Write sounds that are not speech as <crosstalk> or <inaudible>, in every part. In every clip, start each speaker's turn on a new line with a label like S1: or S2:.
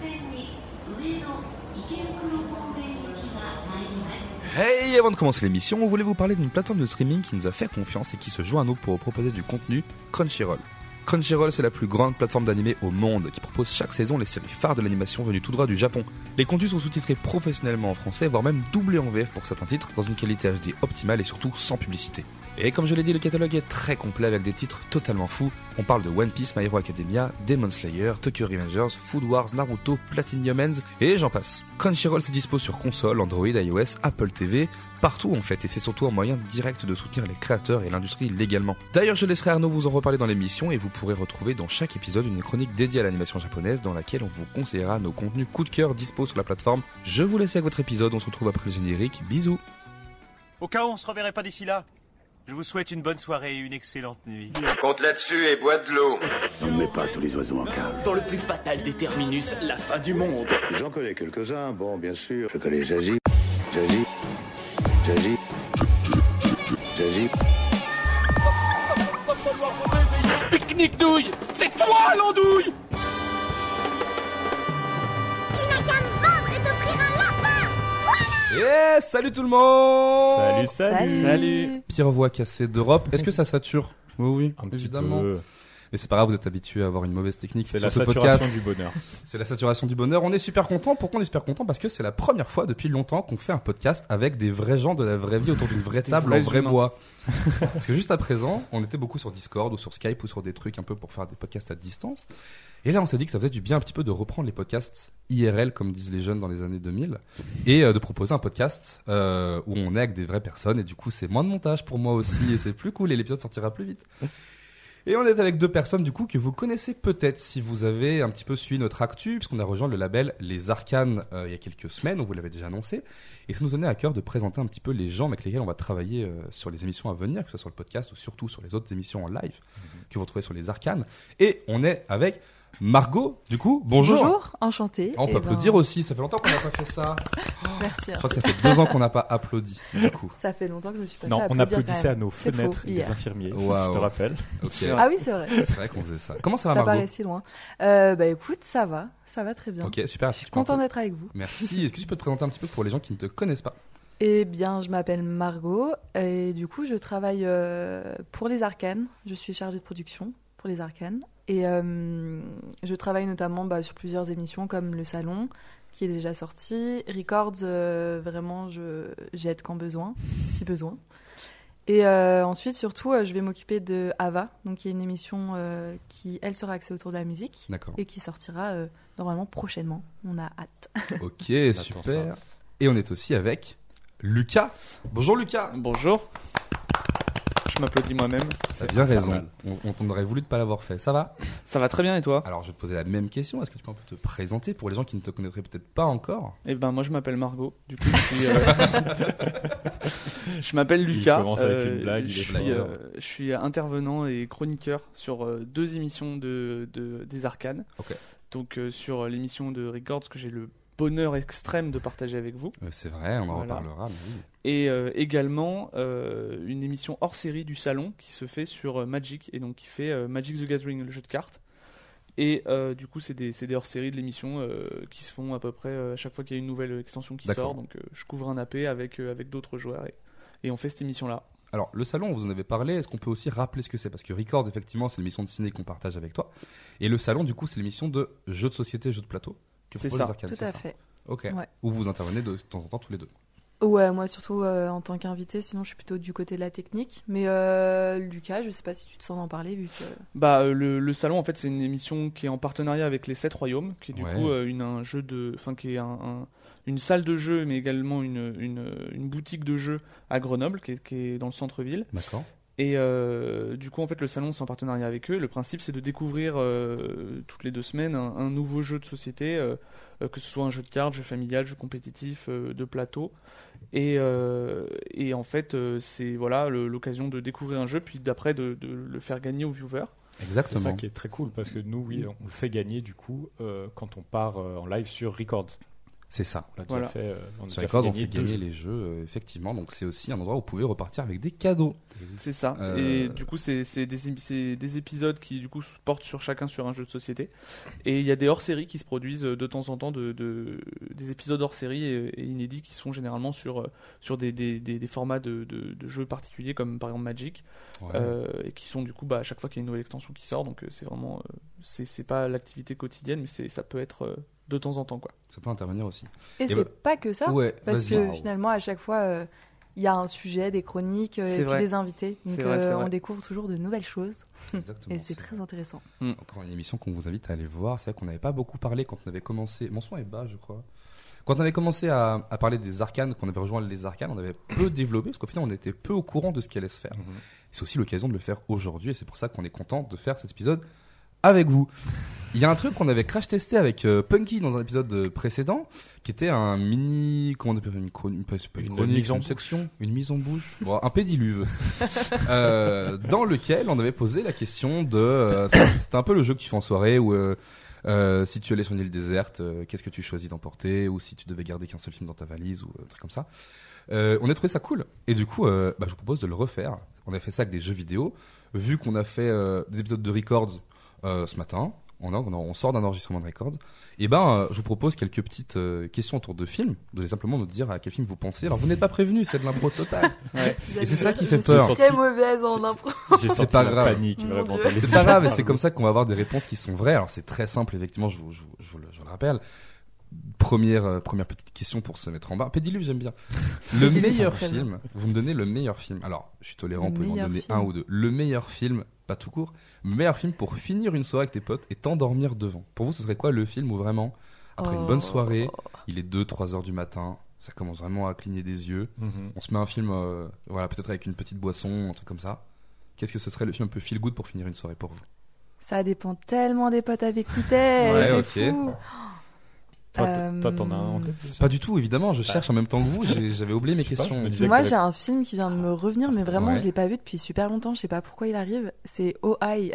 S1: 線に上野池袋方面行きが参ります。
S2: Hey, avant de commencer l'émission, on voulait vous parler d'une plateforme de streaming qui nous a fait confiance et qui se joint à nous pour vous proposer du contenu Crunchyroll. Crunchyroll, c'est la plus grande plateforme d'animé au monde qui propose chaque saison les séries phares de l'animation venues tout droit du Japon. Les contenus sont sous-titrés professionnellement en français, voire même doublés en VF pour certains titres, dans une qualité HD optimale et surtout sans publicité. Et comme je l'ai dit, le catalogue est très complet avec des titres totalement fous. On parle de One Piece, My Hero Academia, Demon Slayer, Tokyo Revengers, Food Wars, Naruto, Platinum Ends et j'en passe. Crunchyroll se dispose sur console, Android, iOS, Apple TV, partout en fait, et c'est surtout un moyen direct de soutenir les créateurs et l'industrie légalement. D'ailleurs, je laisserai Arnaud vous en reparler dans l'émission et vous pourrez retrouver dans chaque épisode une chronique dédiée à l'animation japonaise dans laquelle on vous conseillera nos contenus coup de cœur dispo sur la plateforme. Je vous laisse avec votre épisode, on se retrouve après le générique. Bisous
S3: Au cas où on se reverrait pas d'ici là, je vous souhaite une bonne soirée et une excellente nuit.
S4: Compte là-dessus et bois de l'eau.
S5: On ne met pas tous les oiseaux en cage.
S6: Dans le plus fatal des terminus, la fin du monde.
S5: J'en connais quelques-uns, bon, bien sûr. Je connais Jazzy, Jazzy, Jazzy, Jazzy.
S6: Pique-nique douille C'est toi l'andouille
S2: Yes Salut tout le monde
S7: Salut, salut Salut
S2: Pire voix cassée d'Europe, est-ce que ça sature Oui, oui,
S7: Un petit
S2: évidemment.
S7: peu.
S2: Mais c'est pas grave, vous êtes habitué à avoir une mauvaise technique
S7: C'est
S2: sur
S7: la
S2: ce
S7: saturation
S2: podcast.
S7: du bonheur.
S2: C'est la saturation du bonheur. On est super content. Pourquoi on est super content Parce que c'est la première fois depuis longtemps qu'on fait un podcast avec des vrais gens de la vraie vie autour d'une vraie table en
S8: vrais
S2: vrai
S8: humains.
S2: bois. Parce que juste à présent, on était beaucoup sur Discord ou sur Skype ou sur des trucs un peu pour faire des podcasts à distance. Et là, on s'est dit que ça faisait du bien un petit peu de reprendre les podcasts IRL, comme disent les jeunes dans les années 2000, et euh, de proposer un podcast euh, où on est avec des vraies personnes. Et du coup, c'est moins de montage pour moi aussi, et c'est plus cool, et l'épisode sortira plus vite. Et on est avec deux personnes du coup que vous connaissez peut-être si vous avez un petit peu suivi notre actu, puisqu'on a rejoint le label Les Arcanes euh, il y a quelques semaines, on vous l'avait déjà annoncé, et ça nous tenait à cœur de présenter un petit peu les gens avec lesquels on va travailler euh, sur les émissions à venir, que ce soit sur le podcast ou surtout sur les autres émissions en live que vous retrouvez sur Les Arcanes. Et on est avec Margot, du coup, bonjour.
S9: enchantée.
S2: Ah, on peut
S9: Eh ben,
S2: applaudir aussi, ça fait longtemps qu'on n'a pas fait ça.
S9: Merci.
S2: Je crois que ça fait deux ans qu'on n'a pas applaudi, du coup.
S9: Ça fait longtemps que je me suis pas
S7: Non,
S9: fait
S7: on
S9: applaudir quand
S7: applaudissait
S9: même.
S7: à nos
S9: C'est
S7: fenêtres
S9: faux,
S7: les
S9: hier.
S7: infirmiers, je
S2: Waouh.
S7: te rappelle.
S2: Ok.
S9: Ah oui, c'est vrai.
S2: C'est vrai qu'on faisait ça. Comment ça va,
S9: ça
S2: Margot
S9: paraît si loin. Euh, bah écoute, ça va, ça va très bien.
S2: Ok, super.
S9: Je suis content d'être avec vous.
S2: Merci. Est-ce que tu peux te présenter un petit peu pour les gens qui ne te connaissent pas
S9: Eh bien, je m'appelle Margot et du coup, je travaille euh, pour les Arcanes. Je suis chargée de production pour les Arcanes et euh, je travaille notamment bah, sur plusieurs émissions comme Le Salon qui est déjà sorti, Records, euh, vraiment, je j'aide quand besoin, si besoin. Et euh, ensuite, surtout, euh, je vais m'occuper de Ava, donc qui est une émission euh, qui, elle, sera axée autour de la musique
S2: D'accord.
S9: et qui sortira euh, normalement prochainement. On a hâte.
S2: Ok,
S7: ça.
S2: super. Et on est aussi avec Lucas. Bonjour Lucas.
S8: Bonjour. Je m'applaudis moi-même.
S2: T'as bien raison.
S7: infernal.
S2: On, on t'en aurait voulu de pas l'avoir fait. Ça va
S8: Ça va très bien et toi
S2: Alors je vais te poser la même question. Est-ce que tu peux un peu te présenter pour les gens qui ne te connaîtraient peut-être pas encore
S8: Eh ben moi je m'appelle Margot. Du coup je suis. <laughs> euh, je m'appelle
S7: Il
S8: Lucas.
S7: commence avec une
S8: euh,
S7: blague, il
S8: Je
S7: est
S8: suis,
S2: blagueur.
S8: euh, je suis intervenant et chroniqueur sur euh, deux émissions de, de- des Arcanes.
S2: Ok.
S8: Donc euh, sur l'émission de Records que j'ai le bonheur extrême de partager avec vous.
S2: Euh, C'est vrai, on en
S8: Voilà.
S2: reparlera. mais oui.
S8: Et euh, également euh, une émission hors série du salon qui se fait sur euh, Magic et donc qui fait euh, Magic the Gathering, le jeu de cartes. Et euh, du coup, c'est des, c'est des hors série de l'émission euh, qui se font à peu près euh, à chaque fois qu'il y a une nouvelle extension qui
S2: D'accord.
S8: sort. Donc euh, je couvre un AP avec, euh, avec d'autres joueurs et, et on fait cette émission-là.
S2: Alors le salon, on vous en avez parlé. Est-ce qu'on peut aussi rappeler ce que c'est Parce que Record, effectivement, c'est l'émission de ciné qu'on partage avec toi. Et le salon, du coup, c'est l'émission de jeux de société, jeux de plateau. que
S8: C'est
S2: proposent
S8: ça.
S2: les arcades,
S9: Tout
S2: c'est
S9: à
S2: ça
S9: fait.
S2: Ok.
S9: Ouais.
S2: Où vous intervenez de temps en temps tous les deux.
S9: Ouais, moi surtout euh, en tant qu'invité, sinon je suis plutôt du côté de la technique. Mais euh, Lucas, je sais pas si tu te sens en parler vu que.
S8: Bah, euh, le, le salon, en fait, c'est une émission qui est en partenariat avec les Sept Royaumes, qui est du
S2: Ouais.
S8: coup euh, une, un jeu de, enfin, qui est un- un- une salle de jeu, mais également une, une, une boutique de jeux à Grenoble, qui est, qui est dans le centre-ville.
S2: D'accord.
S8: Et euh, du coup, en fait, le salon, c'est en partenariat avec eux. Le principe, c'est de découvrir euh, toutes les deux semaines un, un nouveau jeu de société, euh, euh, que ce soit un jeu de cartes, jeu familial, jeu compétitif, euh, de plateau. Et, euh, et en fait, euh, c'est voilà le- l'occasion de découvrir un jeu, puis d'après de, de le faire gagner aux viewers.
S7: C'est ça
S2: Exactement.
S7: qui est très cool parce que nous, oui, on le fait gagner du coup euh, quand on part euh, en live sur Record.
S2: C'est ça.
S7: On l'a
S8: Voilà.
S7: déjà fait. euh, on a
S2: Sur
S7: déjà
S2: les
S7: fait
S2: cordes, on
S7: gagner
S2: fait
S7: deux
S2: gagner
S7: jeux.
S2: les jeux, euh, effectivement. Donc c'est aussi un endroit où vous pouvez repartir avec des cadeaux.
S8: C'est ça.
S2: Euh,
S8: Et du coup, c'est c'est des, ép- c'est des épisodes qui du coup se portent sur chacun sur un jeu de société. Et il y a des hors-séries qui se produisent euh, de temps en temps, de, de- des épisodes hors-série et, et inédits qui sont généralement sur euh, sur des, des, des- des formats de, de- de jeux particuliers comme par exemple Magic
S2: Ouais.
S8: euh, et qui sont du coup bah, à chaque fois qu'il y a une nouvelle extension qui sort. Donc euh, c'est vraiment euh, c'est c'est pas l'activité quotidienne, mais c'est ça peut être euh, de temps en temps quoi.
S2: Ça peut intervenir aussi.
S9: Et,
S2: Et
S9: c'est
S2: bah-
S9: pas que ça,
S2: ouais,
S9: parce
S2: vas-y.
S9: que
S2: Waouh.
S9: finalement, à chaque fois, euh, il y a un sujet, des chroniques, euh,
S8: C'est
S9: et puis
S8: vrai.
S9: des invités. Donc
S8: C'est vrai,
S9: euh,
S8: c'est
S9: on
S8: vrai.
S9: découvre toujours de nouvelles choses.
S2: Exactement.
S9: et c'est très intéressant.
S2: Mm. Encore une émission qu'on vous invite à aller voir. C'est vrai qu'on n'avait pas beaucoup parlé quand on avait commencé. Mon son est bas, je crois. Quand on avait commencé à, à parler des arcanes, qu'on avait rejoint les arcanes, on avait peu développé parce qu'au final, on était peu au courant de ce qui allait se faire.
S7: Mhm.
S2: C'est aussi l'occasion de le faire aujourd'hui et c'est pour ça qu'on est content de faire cet épisode avec vous. Il y a un truc qu'on avait crash testé avec euh, Punky dans un épisode euh, précédent, qui était un mini, comment on appelle ça, une chronique, pas- c'est pas une,
S7: Une
S2: chronique,
S7: mise en
S2: une section, une mise en bouche, Bon, un pédiluve, euh, dans lequel on avait posé la question de, euh, c'est- c'était un peu le jeu que tu fais en soirée où euh, euh, si tu allais sur une île déserte, euh, qu'est-ce que tu choisis d'emporter, ou si tu devais garder qu'un seul film dans ta valise, ou euh, un truc comme ça. Euh, on a trouvé ça cool, et du coup, euh, bah, je vous propose de le refaire. On a fait ça avec des jeux vidéo, vu qu'on a fait euh, des épisodes de Records euh, ce matin, on, a- on a- on sort d'un enregistrement de Records, et ben, euh, je vous propose quelques petites euh, questions autour de films. Vous allez simplement nous dire à quel film vous pensez. Alors, vous n'êtes pas prévenu, c'est de l'impro totale. Et c'est ça qui fait
S9: Je suis
S2: peur.
S9: très mauvaise en
S7: J'ai-
S9: impro.
S7: J'ai
S2: C'est
S7: senti
S2: pas
S7: la
S2: grave.
S7: panique
S9: Mon
S7: vraiment.
S9: Dieu.
S7: dans les-
S2: C'est pas grave, et c'est comme ça qu'on va avoir des réponses qui sont vraies. Alors, c'est très simple, effectivement, je vous, je vous- je vous le, je vous le rappelle. Première, euh, première petite question pour se mettre en bas. Pédiluve, j'aime bien.
S9: <laughs>
S2: Le
S9: Pédiluve,
S2: meilleur
S9: c'est très
S2: film, vous me donnez le meilleur film. Alors, je suis tolérant,
S9: Le
S2: vous pouvez m'en
S9: meilleur
S2: donner
S9: film.
S2: un ou deux. Le meilleur film, pas tout court, le meilleur film pour finir une soirée avec tes potes et t'endormir devant. Pour vous, ce serait quoi le film où vraiment, après une bonne
S9: Oh.
S2: soirée, il est 2-3 heures du matin, ça commence vraiment à cligner des yeux,
S7: Mhm.
S2: on se met un film, euh, voilà, peut-être avec une petite boisson, un truc comme ça. Qu'est-ce que ce serait le film un peu feel good pour finir une soirée pour vous
S9: Ça dépend tellement des potes avec qui t'es.
S2: Ouais,
S9: c'est
S2: ok.
S9: fou.
S7: Toi, t-
S9: Euh,
S7: toi, t'en as un en tête
S2: Pas du tout, évidemment, je cherche en même temps que vous, j'ai- j'avais oublié mes
S7: Je sais pas,
S2: questions.
S7: je me disais- Jack
S9: Moi,
S7: de la-
S9: j'ai un film qui vient de me revenir, mais vraiment,
S2: Ouais.
S9: je l'ai pas vu depuis super longtemps. Je sais pas pourquoi il arrive. C'est O.I.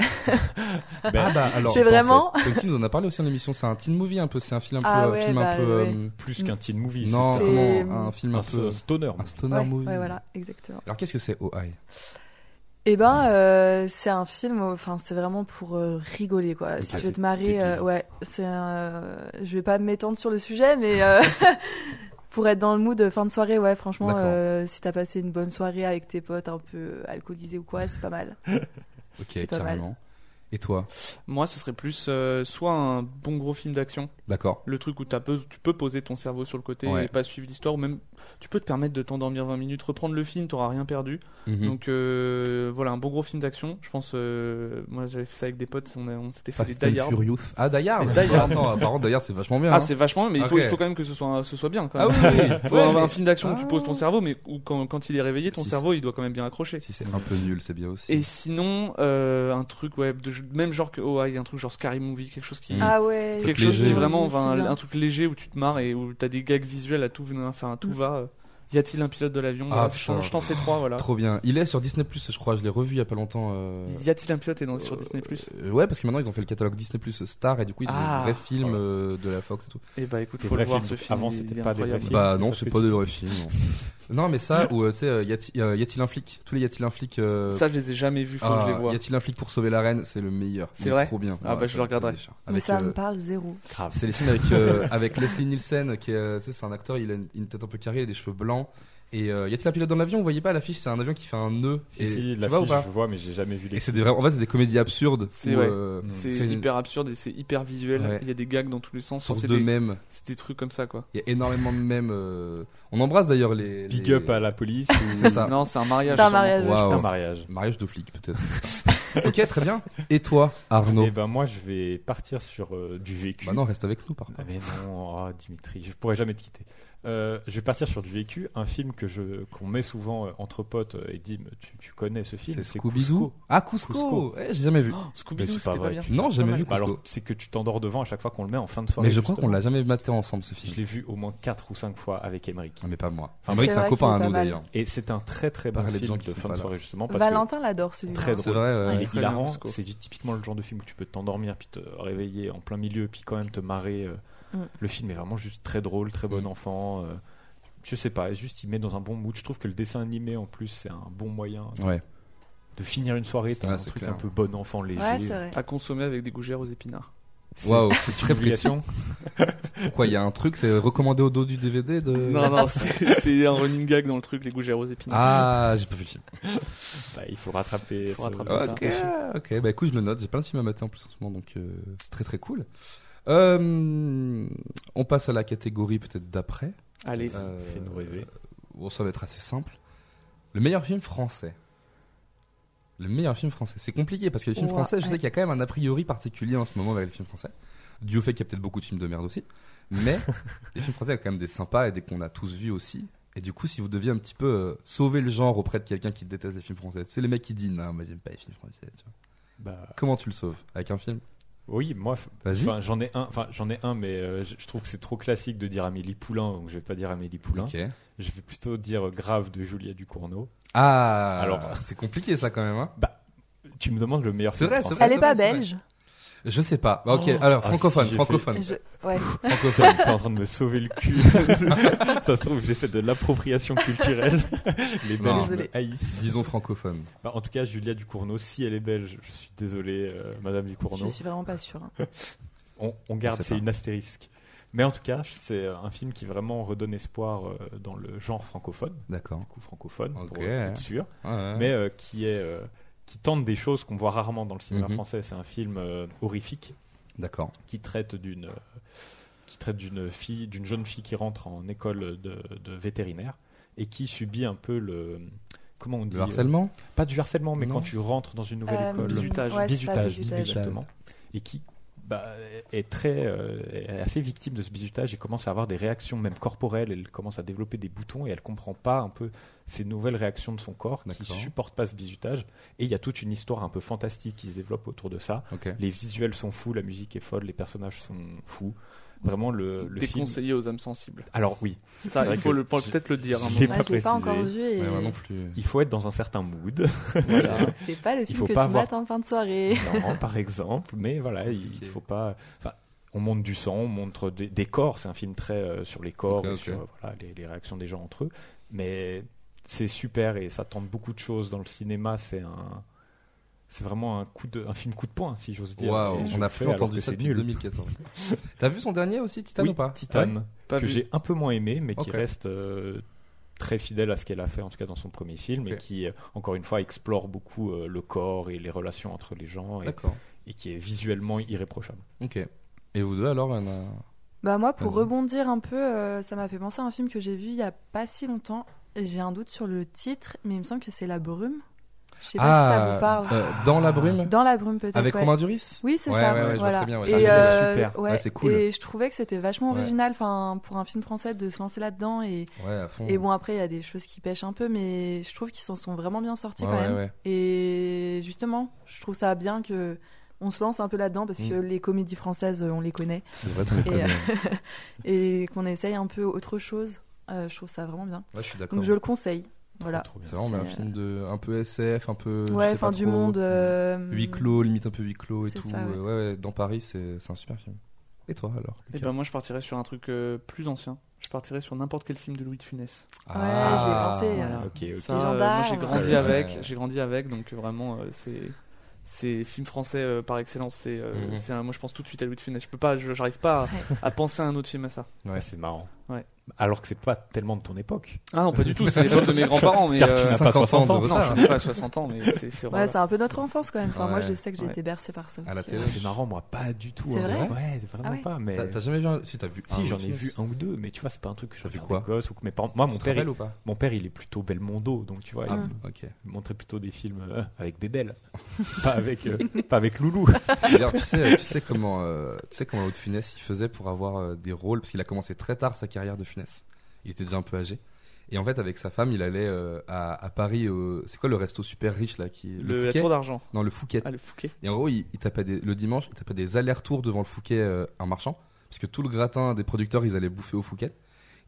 S7: Ben,
S2: bah alors.
S9: C'est
S2: je pensais-
S9: vraiment
S2: Punky nous en a parlé aussi en émission, c'est un teen movie un peu, c'est un film un peu.
S9: Ah
S2: un
S9: ouais,
S2: film
S9: bah
S2: un peu
S9: ouais.
S2: euh,
S7: Plus qu'un teen movie.
S2: non,
S7: c'est-
S9: C'est-
S2: comment Un film un,
S7: un
S2: peu.
S7: stoner.
S2: Un stoner
S9: Ouais,
S2: movie.
S9: ouais, voilà, exactement.
S2: Alors qu'est-ce que c'est OI
S9: Eh ben, euh, c'est un film, enfin, c'est vraiment pour euh, rigoler, quoi. Si
S2: Ah,
S9: tu veux
S2: c'est
S9: te marrer, euh,
S2: débile.
S9: ouais, c'est un- euh, Je vais pas m'étendre sur le sujet, mais euh,
S2: <laughs>
S9: pour être dans le mood de fin de soirée, ouais, franchement,
S2: D'accord.
S9: euh, si t'as passé une bonne soirée avec tes potes un peu euh, alcoolisés ou quoi, c'est pas mal.
S2: Ok,
S9: C'est pas
S2: carrément. Et toi
S8: Moi, ce serait plus euh, soit un bon gros film d'action.
S2: D'accord.
S8: Le truc où t'as peu- tu peux poser ton cerveau sur le côté
S2: Ouais.
S8: et pas suivre l'histoire, ou même tu peux te permettre de t'endormir 20 minutes, reprendre le film, t'auras rien perdu.
S2: Mhm.
S8: Donc euh, voilà, un bon gros film d'action. Je pense, euh, moi j'avais fait ça avec des potes, on, a- on s'était fait
S2: Fast
S8: des
S2: and
S8: Die Hard.
S2: Furious. Ah, Die Hard
S8: Les Die Hard.
S2: Attends, apparemment, Die Hard, c'est vachement bien.
S8: Ah,
S2: hein.
S8: c'est vachement, mais il faut,
S2: Ok.
S8: il faut quand même que ce soit, ce soit bien. Quand
S2: Ah oui,
S8: même.
S2: oui, oui.
S8: Il <laughs> faut
S2: Ouais,
S8: avoir
S2: mais-
S8: un film d'action où tu
S2: Ah.
S8: poses ton cerveau, mais où quand, quand il est réveillé, ton
S2: Si,
S8: cerveau il doit quand même bien accrocher.
S2: Si c'est un peu nul, c'est bien aussi.
S8: Et sinon, euh, un truc, ouais, de, même genre que oh, il y a un truc genre Scary Movie, quelque chose qui,
S2: Mm.
S9: Ah ouais.
S8: quelque
S2: Léger.
S8: chose qui est vraiment
S9: C'est
S8: enfin, un,
S9: bien.
S8: truc léger où tu te marres et où t'as des gags visuels à tout venir enfin à tout
S9: Mm.
S8: va euh, y a-t-il un pilote de l'avion
S2: Ah,
S8: Voilà, je t'en-
S2: putain.
S8: je t'en fais trois voilà
S2: Trop bien. Il est sur Disney Plus, je crois. Je l'ai revu il y a pas longtemps. euh,
S8: y a-t-il un pilote et non sur Disney Plus
S2: euh, ouais, parce que maintenant ils ont fait le catalogue Disney Plus Star et du coup ils ont
S8: Ah.
S2: des vrais films euh, de la Fox et tout.
S8: Eh bah écoute
S7: Des
S8: faut le
S7: vrais
S8: voir ce
S7: films.
S8: film
S7: Avant,
S8: il est
S7: c'était pas des vrais
S8: incroyable.
S7: films.
S2: Bah
S7: c'est
S2: non,
S7: ça
S2: c'est
S7: que
S2: pas
S7: tu
S2: de
S7: dis.
S2: vrais films. <laughs> non, mais ça, ou euh, tu sais, euh, y a-t-il euh, y a-t-il un flic Tous les y a-t-il un flic euh,
S8: ça je les ai jamais vus faut
S2: ah,
S8: que je les vois
S2: Y a-t-il un flic pour sauver la reine C'est le meilleur.
S8: C'est
S2: Il est
S8: vrai
S2: Trop bien.
S8: Ah, bah, je
S2: ça-
S8: le regarderai.
S2: c'est méchant.
S9: Mais
S2: Avec,
S9: ça
S2: euh,
S9: me parle zéro.
S7: Grave.
S2: C'est les films avec,
S9: <laughs>
S2: euh, avec Leslie Nielsen, qui est, euh, tu sais, c'est un acteur, il a une, une tête un peu carrée, il a des cheveux blancs. Et euh, y a-t-il un pilote dans l'avion Vous voyez pas à l'affiche, c'est un avion qui fait un nœud.
S7: Si,
S2: et,
S7: si,
S2: tu
S7: la
S2: vois ou
S7: fiche,
S2: pas
S7: je vois, mais j'ai jamais vu les.
S2: Et c'est des vrais- En fait, c'est des comédies absurdes.
S8: C'est
S2: où,
S8: ouais.
S2: euh,
S8: c'est
S2: c'est une-
S8: hyper absurde et c'est hyper visuel
S2: Ouais.
S8: il y a des gags dans tous les sens Enfin,
S2: source
S8: c'est
S2: de
S8: des,
S2: mèmes.
S8: c'est des trucs comme ça quoi
S2: Il y a énormément de mèmes. euh, On embrasse d'ailleurs les.
S7: Big
S2: les-
S7: up à la police
S2: <laughs>
S7: ou
S2: C'est ça.
S8: non c'est un mariage
S9: C'est un
S8: sûrement.
S9: mariage.
S2: Waouh.
S7: un mariage.
S2: Mariage de flic, peut-être. <laughs> ok, très bien. Et toi, Arnaud
S7: Et ben moi, je vais partir sur euh, du vécu.
S2: Bah non, reste avec nous, par contre.
S7: Ah, mais non, oh, Dimitri, je pourrais jamais te quitter. Euh, je vais partir sur du vécu, un film que je qu'on met souvent euh, entre potes euh, et dit mais tu, tu connais ce film
S2: C'est
S7: c'est
S2: Scooby-Doo.
S7: Cusco.
S2: Ah, Cusco,
S7: Cusco.
S2: Eh, J'ai jamais vu.
S8: Oh,
S7: Mais
S8: Scooby-Doo
S7: c'est pas
S8: c'était
S7: vrai.
S8: pas bien
S2: Non, j'ai jamais vu
S7: Bah, alors
S2: Cusco.
S7: c'est que tu t'endors devant à chaque fois qu'on le met en fin de soirée.
S2: Mais je crois qu'on
S7: justement.
S2: l'a jamais maté ensemble, ce film.
S7: Je l'ai vu au moins 4 ou 5 fois avec Emmerich.
S2: Ah, mais pas moi.
S7: C'est
S2: Enfin, Brick, c'est un
S9: vrai
S2: copain à
S9: qu'il est
S2: nous,
S9: pas mal.
S2: d'ailleurs.
S7: Et c'est un très très bon
S2: Par les gens
S7: film
S2: qui
S7: de
S2: sont
S7: fin
S2: pas
S7: de
S2: là.
S7: soirée justement parce
S9: Valentin l'adore celui-là.
S7: Très
S9: hein.
S7: drôle.
S2: C'est vrai.
S7: que
S2: euh,
S7: il est
S8: Très
S7: hilarant.
S8: bien, Cusco.
S7: C'est du- typiquement le genre de film où tu peux t'endormir puis te réveiller en plein milieu puis quand même te marrer. euh,
S9: Mm.
S7: Le film est vraiment juste très drôle, très
S2: Mm.
S7: bon enfant. euh, je sais pas, juste il met dans un bon mood. Je trouve que le dessin animé en plus c'est un bon moyen de,
S2: Ouais.
S7: de finir une soirée. T'as
S2: Ouais,
S7: un
S2: c'est
S7: truc
S2: clair.
S7: un peu bon enfant léger.
S8: À consommer avec des gougères aux épinards.
S2: Waouh, c'est
S7: une
S2: très précis.
S7: obligation.
S2: Pourquoi il y a un truc, c'est recommandé au dos du DVD de.
S8: Non, non, c'est c'est un running gag dans le truc, les gougères aux épinards.
S2: Ah, j'ai pas vu le film.
S7: Bah, il faut rattraper.
S8: Faut
S7: ce-
S8: rattraper ça.
S2: Ok, ok. Bah écoute, je le note. J'ai plein de films à mater en plus en ce moment, donc euh, c'est très très cool. Euh, on passe à la catégorie peut-être d'après.
S8: Allez,
S2: Euh,
S7: Fais-nous rêver.
S2: Bon, ça va être assez simple. Le meilleur film français. Le meilleur film français. C'est compliqué parce que les films
S9: Ouah,
S2: français, je sais
S9: ouais.
S2: qu'il y a quand même un a priori particulier en ce moment vers les films français. Dû au fait qu'il y a peut-être beaucoup de films de merde aussi. Mais les films français, il y a quand même des sympas et des qu'on a tous vus aussi. Et du coup, si vous deviez un petit peu euh, sauver le genre auprès de quelqu'un qui déteste les films français, c'est les mecs qui disent non, moi j'aime pas les films français. tu vois.
S7: Bah,
S2: Comment tu le sauves Avec un film
S7: Oui, moi, f-
S2: Vas-y.
S7: enfin, j'en ai un, enfin, j'en ai un, mais euh, je je trouve que c'est trop classique de dire Amélie Poulain, donc je vais pas dire Amélie Poulain.
S2: Ok.
S7: Je vais plutôt dire euh, Grave de Julia Ducournau.
S2: Ah Alors,
S7: Alors-
S2: c'est compliqué ça quand même. hein.
S7: Tu me demandes le meilleur
S2: C'est
S7: film
S2: vrai, c'est
S7: français.
S2: vrai.
S9: Elle est pas
S2: c'est vrai.
S9: belge.
S2: Je sais pas. Bah, ok,
S7: Oh.
S2: alors
S7: Ah,
S2: francophone,
S7: si, j'ai fait-
S2: francophone.
S9: Je- Ouais.
S7: Francophone, t'es en train de me sauver le cul. <laughs> ça se trouve, j'ai fait de l'appropriation culturelle. Les
S2: Non.
S7: Belges
S9: Désolé.
S7: me haïssent.
S2: Disons francophone.
S7: Bah, en tout cas, Julia Ducournau, si elle est belge, je suis désolé, euh, Madame
S9: Je
S7: Ducournau.
S9: suis vraiment pas sûre. hein.
S7: On, on garde,
S2: sait
S7: c'est
S2: pas.
S7: une astérisque. Mais en tout cas, c'est euh, un film qui vraiment redonne espoir euh, dans le genre francophone,
S2: D'accord.
S7: du coup francophone,
S2: Ok.
S7: pour être sûr.
S2: Mais
S7: mais euh, qui est euh, qui tente des choses qu'on voit rarement dans le cinéma
S2: Mhm.
S7: français. C'est un film euh, horrifique
S2: d'accord.
S7: qui traite d'une euh, qui traite d'une fille, d'une jeune fille qui rentre en école de, de vétérinaire et qui subit un peu le comment on dit
S2: Le harcèlement
S7: euh, Pas du harcèlement, mais
S2: Non.
S7: quand tu rentres dans une nouvelle
S9: Euh,
S7: école,
S8: Bizutage.
S9: ouais, c'est ça,
S7: bizutage,
S9: bizutage.
S7: exactement, et qui bah, est très euh, est assez victime de ce bizutage et commence à avoir des réactions même corporelles. Elle commence à développer des boutons et elle comprend pas un peu ces nouvelles réactions de son corps qui
S2: D'accord.
S7: supporte pas ce bizutage. Et il y a toute une histoire un peu fantastique qui se développe autour de ça.
S2: Ok.
S7: Les visuels sont fous, la musique est folle, les personnages sont fous. Vraiment le, le film.
S8: Déconseillé aux âmes sensibles.
S7: Alors oui,
S8: Ça,
S7: vrai
S8: il faut
S7: que
S8: le-
S7: j'ai-
S8: peut-être le dire. hein,
S7: j'ai-
S9: Ouais,
S7: pas
S9: je l'ai pas
S7: précisé.
S9: encore vu et
S2: Ouais, moi non plus.
S7: il faut être dans un certain mood.
S8: voilà.
S9: c'est pas le film
S7: faut
S9: que tu
S7: pas avoir-
S9: mates en fin de soirée.
S7: <laughs> Non, par exemple, mais voilà, il
S2: Ok.
S7: il faut pas. Enfin, on montre du sang, on montre des, des corps. C'est un film très euh, sur les corps,
S2: Ok,
S7: et
S2: ok.
S7: sur euh, voilà, les, les réactions des gens entre eux. Mais c'est super et ça tente beaucoup de choses dans le cinéma. C'est un, c'est vraiment un coup de, un film coup de poing, si j'ose dire.
S2: Waouh,
S7: Et je
S2: on
S7: le
S2: a
S7: fais
S2: plus
S7: alors
S2: entendu
S7: que
S2: ça
S7: c'est
S2: depuis
S7: nul.
S2: 2014. <laughs> T'as vu son dernier aussi, Titan
S7: Oui,
S2: ou pas
S7: Titan,
S8: Pas
S7: que
S8: vu.
S7: j'ai un peu moins aimé, mais qui
S2: Ok.
S7: reste euh, très fidèle à ce qu'elle a fait, en tout cas dans son premier film, et
S2: Ok.
S7: qui, euh, encore une fois, explore beaucoup euh, le corps et les relations entre les gens, et,
S2: D'accord.
S7: et qui est visuellement irréprochable.
S2: Ok. Et vous deux alors on a-
S9: Bah moi, pour
S2: Vas-y.
S9: rebondir un peu, euh, ça m'a fait penser à un film que j'ai vu il y a pas si longtemps. Et J'ai un doute sur le titre, mais il me semble que c'est La Brume. Je sais pas si ça vous parle. Ah.
S2: euh, dans la brume
S9: Dans La Brume peut-être.
S2: avec
S9: ouais.
S2: Romain Duris.
S9: Oui, c'est
S2: Ouais,
S9: ça.
S2: ouais, ouais, je vois
S9: voilà.
S2: très bien, ouais.
S9: Et,
S2: Ça a l'air
S9: euh,
S7: super.
S9: ouais,
S2: Ouais, c'est cool.
S9: Et je trouvais que c'était vachement
S2: Ouais.
S9: original, enfin pour un film français de se lancer là-dedans. Et,
S2: Ouais, à fond.
S9: et bon après, il y a des choses qui pêchent un peu, mais je trouve qu'ils s'en sont vraiment bien sortis
S2: Ouais,
S9: quand
S2: ouais,
S9: même.
S2: ouais.
S9: Et justement, je trouve ça bien que on se lance un peu là-dedans
S2: Mm.
S9: parce que les comédies françaises, euh, on les connaît
S2: C'est vrai, t'en es
S9: Et,
S2: connu,
S9: euh,
S2: ouais.
S9: <laughs> et qu'on essaye un peu autre chose. Euh, je trouve ça vraiment bien.
S2: Ouais, je suis
S9: Donc
S2: d'accord.
S9: je le conseille. Voilà.
S7: Trop, trop bien.
S2: C'est vraiment un
S9: c'est, euh,
S2: film de un peu SF, un peu je
S9: ouais,
S2: sais
S9: fin
S2: pas
S9: du
S2: trop,
S9: monde. euh,
S2: Huis clos, limite un peu huis clos et
S9: C'est
S2: tout.
S9: ça, ouais. Eh
S2: Euh, ouais, ouais, dans Paris, c'est c'est un super film. Et toi alors
S8: Et
S2: Lucas
S8: ben moi, je partirais sur un truc euh, plus ancien. Je partirais sur n'importe quel film de Louis de Funès.
S2: Ah.
S9: j'ai pensé, euh,
S7: Ok, ok.
S8: Ça, euh,
S9: gendarmes.
S8: moi, j'ai grandi
S2: Ouais.
S8: avec. J'ai grandi avec, donc euh, vraiment, euh, c'est c'est film français euh, par excellence. C'est euh,
S2: Mhm.
S8: c'est un- moi, je pense tout de suite à Louis de Funès. Je peux pas, je- j'arrive pas à, à penser à un autre film à ça.
S7: Ouais, c'est marrant.
S8: Ouais.
S7: Alors que c'est pas tellement de ton époque.
S8: Ah non, pas du tout. C'est l'époque de
S7: <laughs>
S8: mes grands-parents, mais
S7: Car tu
S8: euh,
S7: n'as pas
S2: 50
S7: 60
S2: ans
S7: ans.
S2: de
S8: non, je suis pas à 60 ans, mais c'est c'est
S9: Ouais,
S8: voilà.
S9: c'est un peu notre enfance quand même. Enfin, Moi,
S2: Ouais.
S9: je sais que j'ai
S8: Ouais.
S9: été bercée par ça.
S2: À la
S9: aussi.
S2: télé.
S7: Ah, C'est marrant, moi, pas du tout.
S9: C'est
S7: hein.
S9: vrai
S7: Ouais, vraiment
S9: Ah ouais.
S7: pas. Mais
S2: T'as t'as jamais vu un... Si, t'as vu un
S7: si, j'en ai
S2: Louis de
S7: vu
S2: Funès.
S7: un ou deux, mais tu vois, c'est pas un truc que je
S2: T'as vu
S7: regardais
S2: quoi
S7: gosse ou que mes parents. Moi, Ah, mon
S2: Tu te
S7: père,
S2: rappelles
S7: il...
S2: ou pas
S7: mon père, il est plutôt Belmondo, donc tu vois, il-
S9: Ah.
S2: Ok.
S7: il montrait plutôt des films
S2: <laughs>
S7: euh, avec Bébel, <laughs> pas avec
S9: <laughs>
S7: euh, pas avec Loulou.
S2: D'ailleurs, Eh tu sais, tu sais comment, euh, tu sais comment Louis de Funès il faisait pour avoir euh, des rôles parce qu'il a commencé très tard sa carrière de Funès. Il était déjà un peu âgé. Et en fait, avec sa femme, il allait euh, à, à Paris. au- c'est quoi le resto super riche là qui
S8: Le, la
S2: Fouquet
S8: tour d'argent.
S2: Non, le Fouquet.
S8: Ah, le Fouquet.
S2: Et en gros, il, il tapait des- le dimanche, il tapait des allers-retours devant le Fouquet, euh, un marchand, parce que tout le gratin des producteurs, ils allaient bouffer au Fouquet.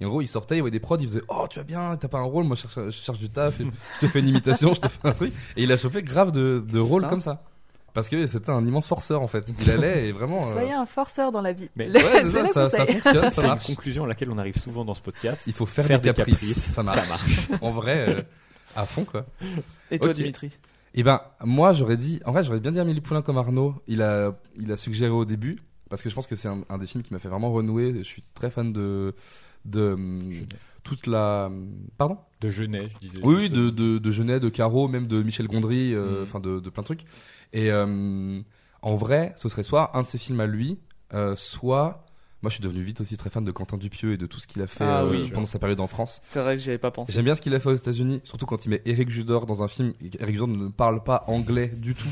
S2: Et en gros, il sortait, il voyait des prods, il faisait Oh, tu vas bien, t'as pas un rôle, moi je cherche, je cherche du taf, je te fais une imitation, je te fais un truc. Et il a chopé grave de, de rôles
S8: Putain.
S2: comme ça. Parce que c'était un immense forceur en fait. Il allait et vraiment. euh,
S9: Soyez un forceur dans la vie. <laughs>
S2: Mais-
S9: Le-
S2: Ouais, c'est ça, <laughs>
S9: le
S2: ça- ça
S9: conseil.
S2: fonctionne, ça
S7: C'est
S2: marche.
S7: une conclusion à laquelle on arrive souvent dans ce podcast.
S2: Il faut faire, des, caprices. Ça marche. en vrai, euh, à fond quoi.
S8: Et toi,
S2: Ok.
S8: Dimitri
S2: Eh ben, moi j'aurais dit. En vrai, j'aurais bien dit Amélie Poulain comme Arnaud. Il a, il a suggéré au début. Parce que je pense que c'est un, un des films qui m'a fait vraiment renouer. Je suis très fan de. de hum, toute la. Pardon
S7: De Genet, je disais.
S2: Oui, oui,
S7: juste.
S2: de, de, de Genet, de Caro, même de Michel Gondry,
S8: Mm.
S2: euh, enfin de, de plein de trucs. Et euh, en vrai, ce serait soit un de ses films à lui, euh, soit. Moi, je suis devenu vite aussi très fan de Quentin Dupieux et de tout ce qu'il a fait
S8: Ah
S2: euh,
S8: oui.
S2: pendant sa période en France.
S8: C'est vrai que j'y avais pas pensé.
S2: J'aime bien ce qu'il a fait aux États-Unis, surtout quand il met Eric Judor dans un film. Eric Judor ne parle pas anglais du
S8: <laughs>
S2: tout,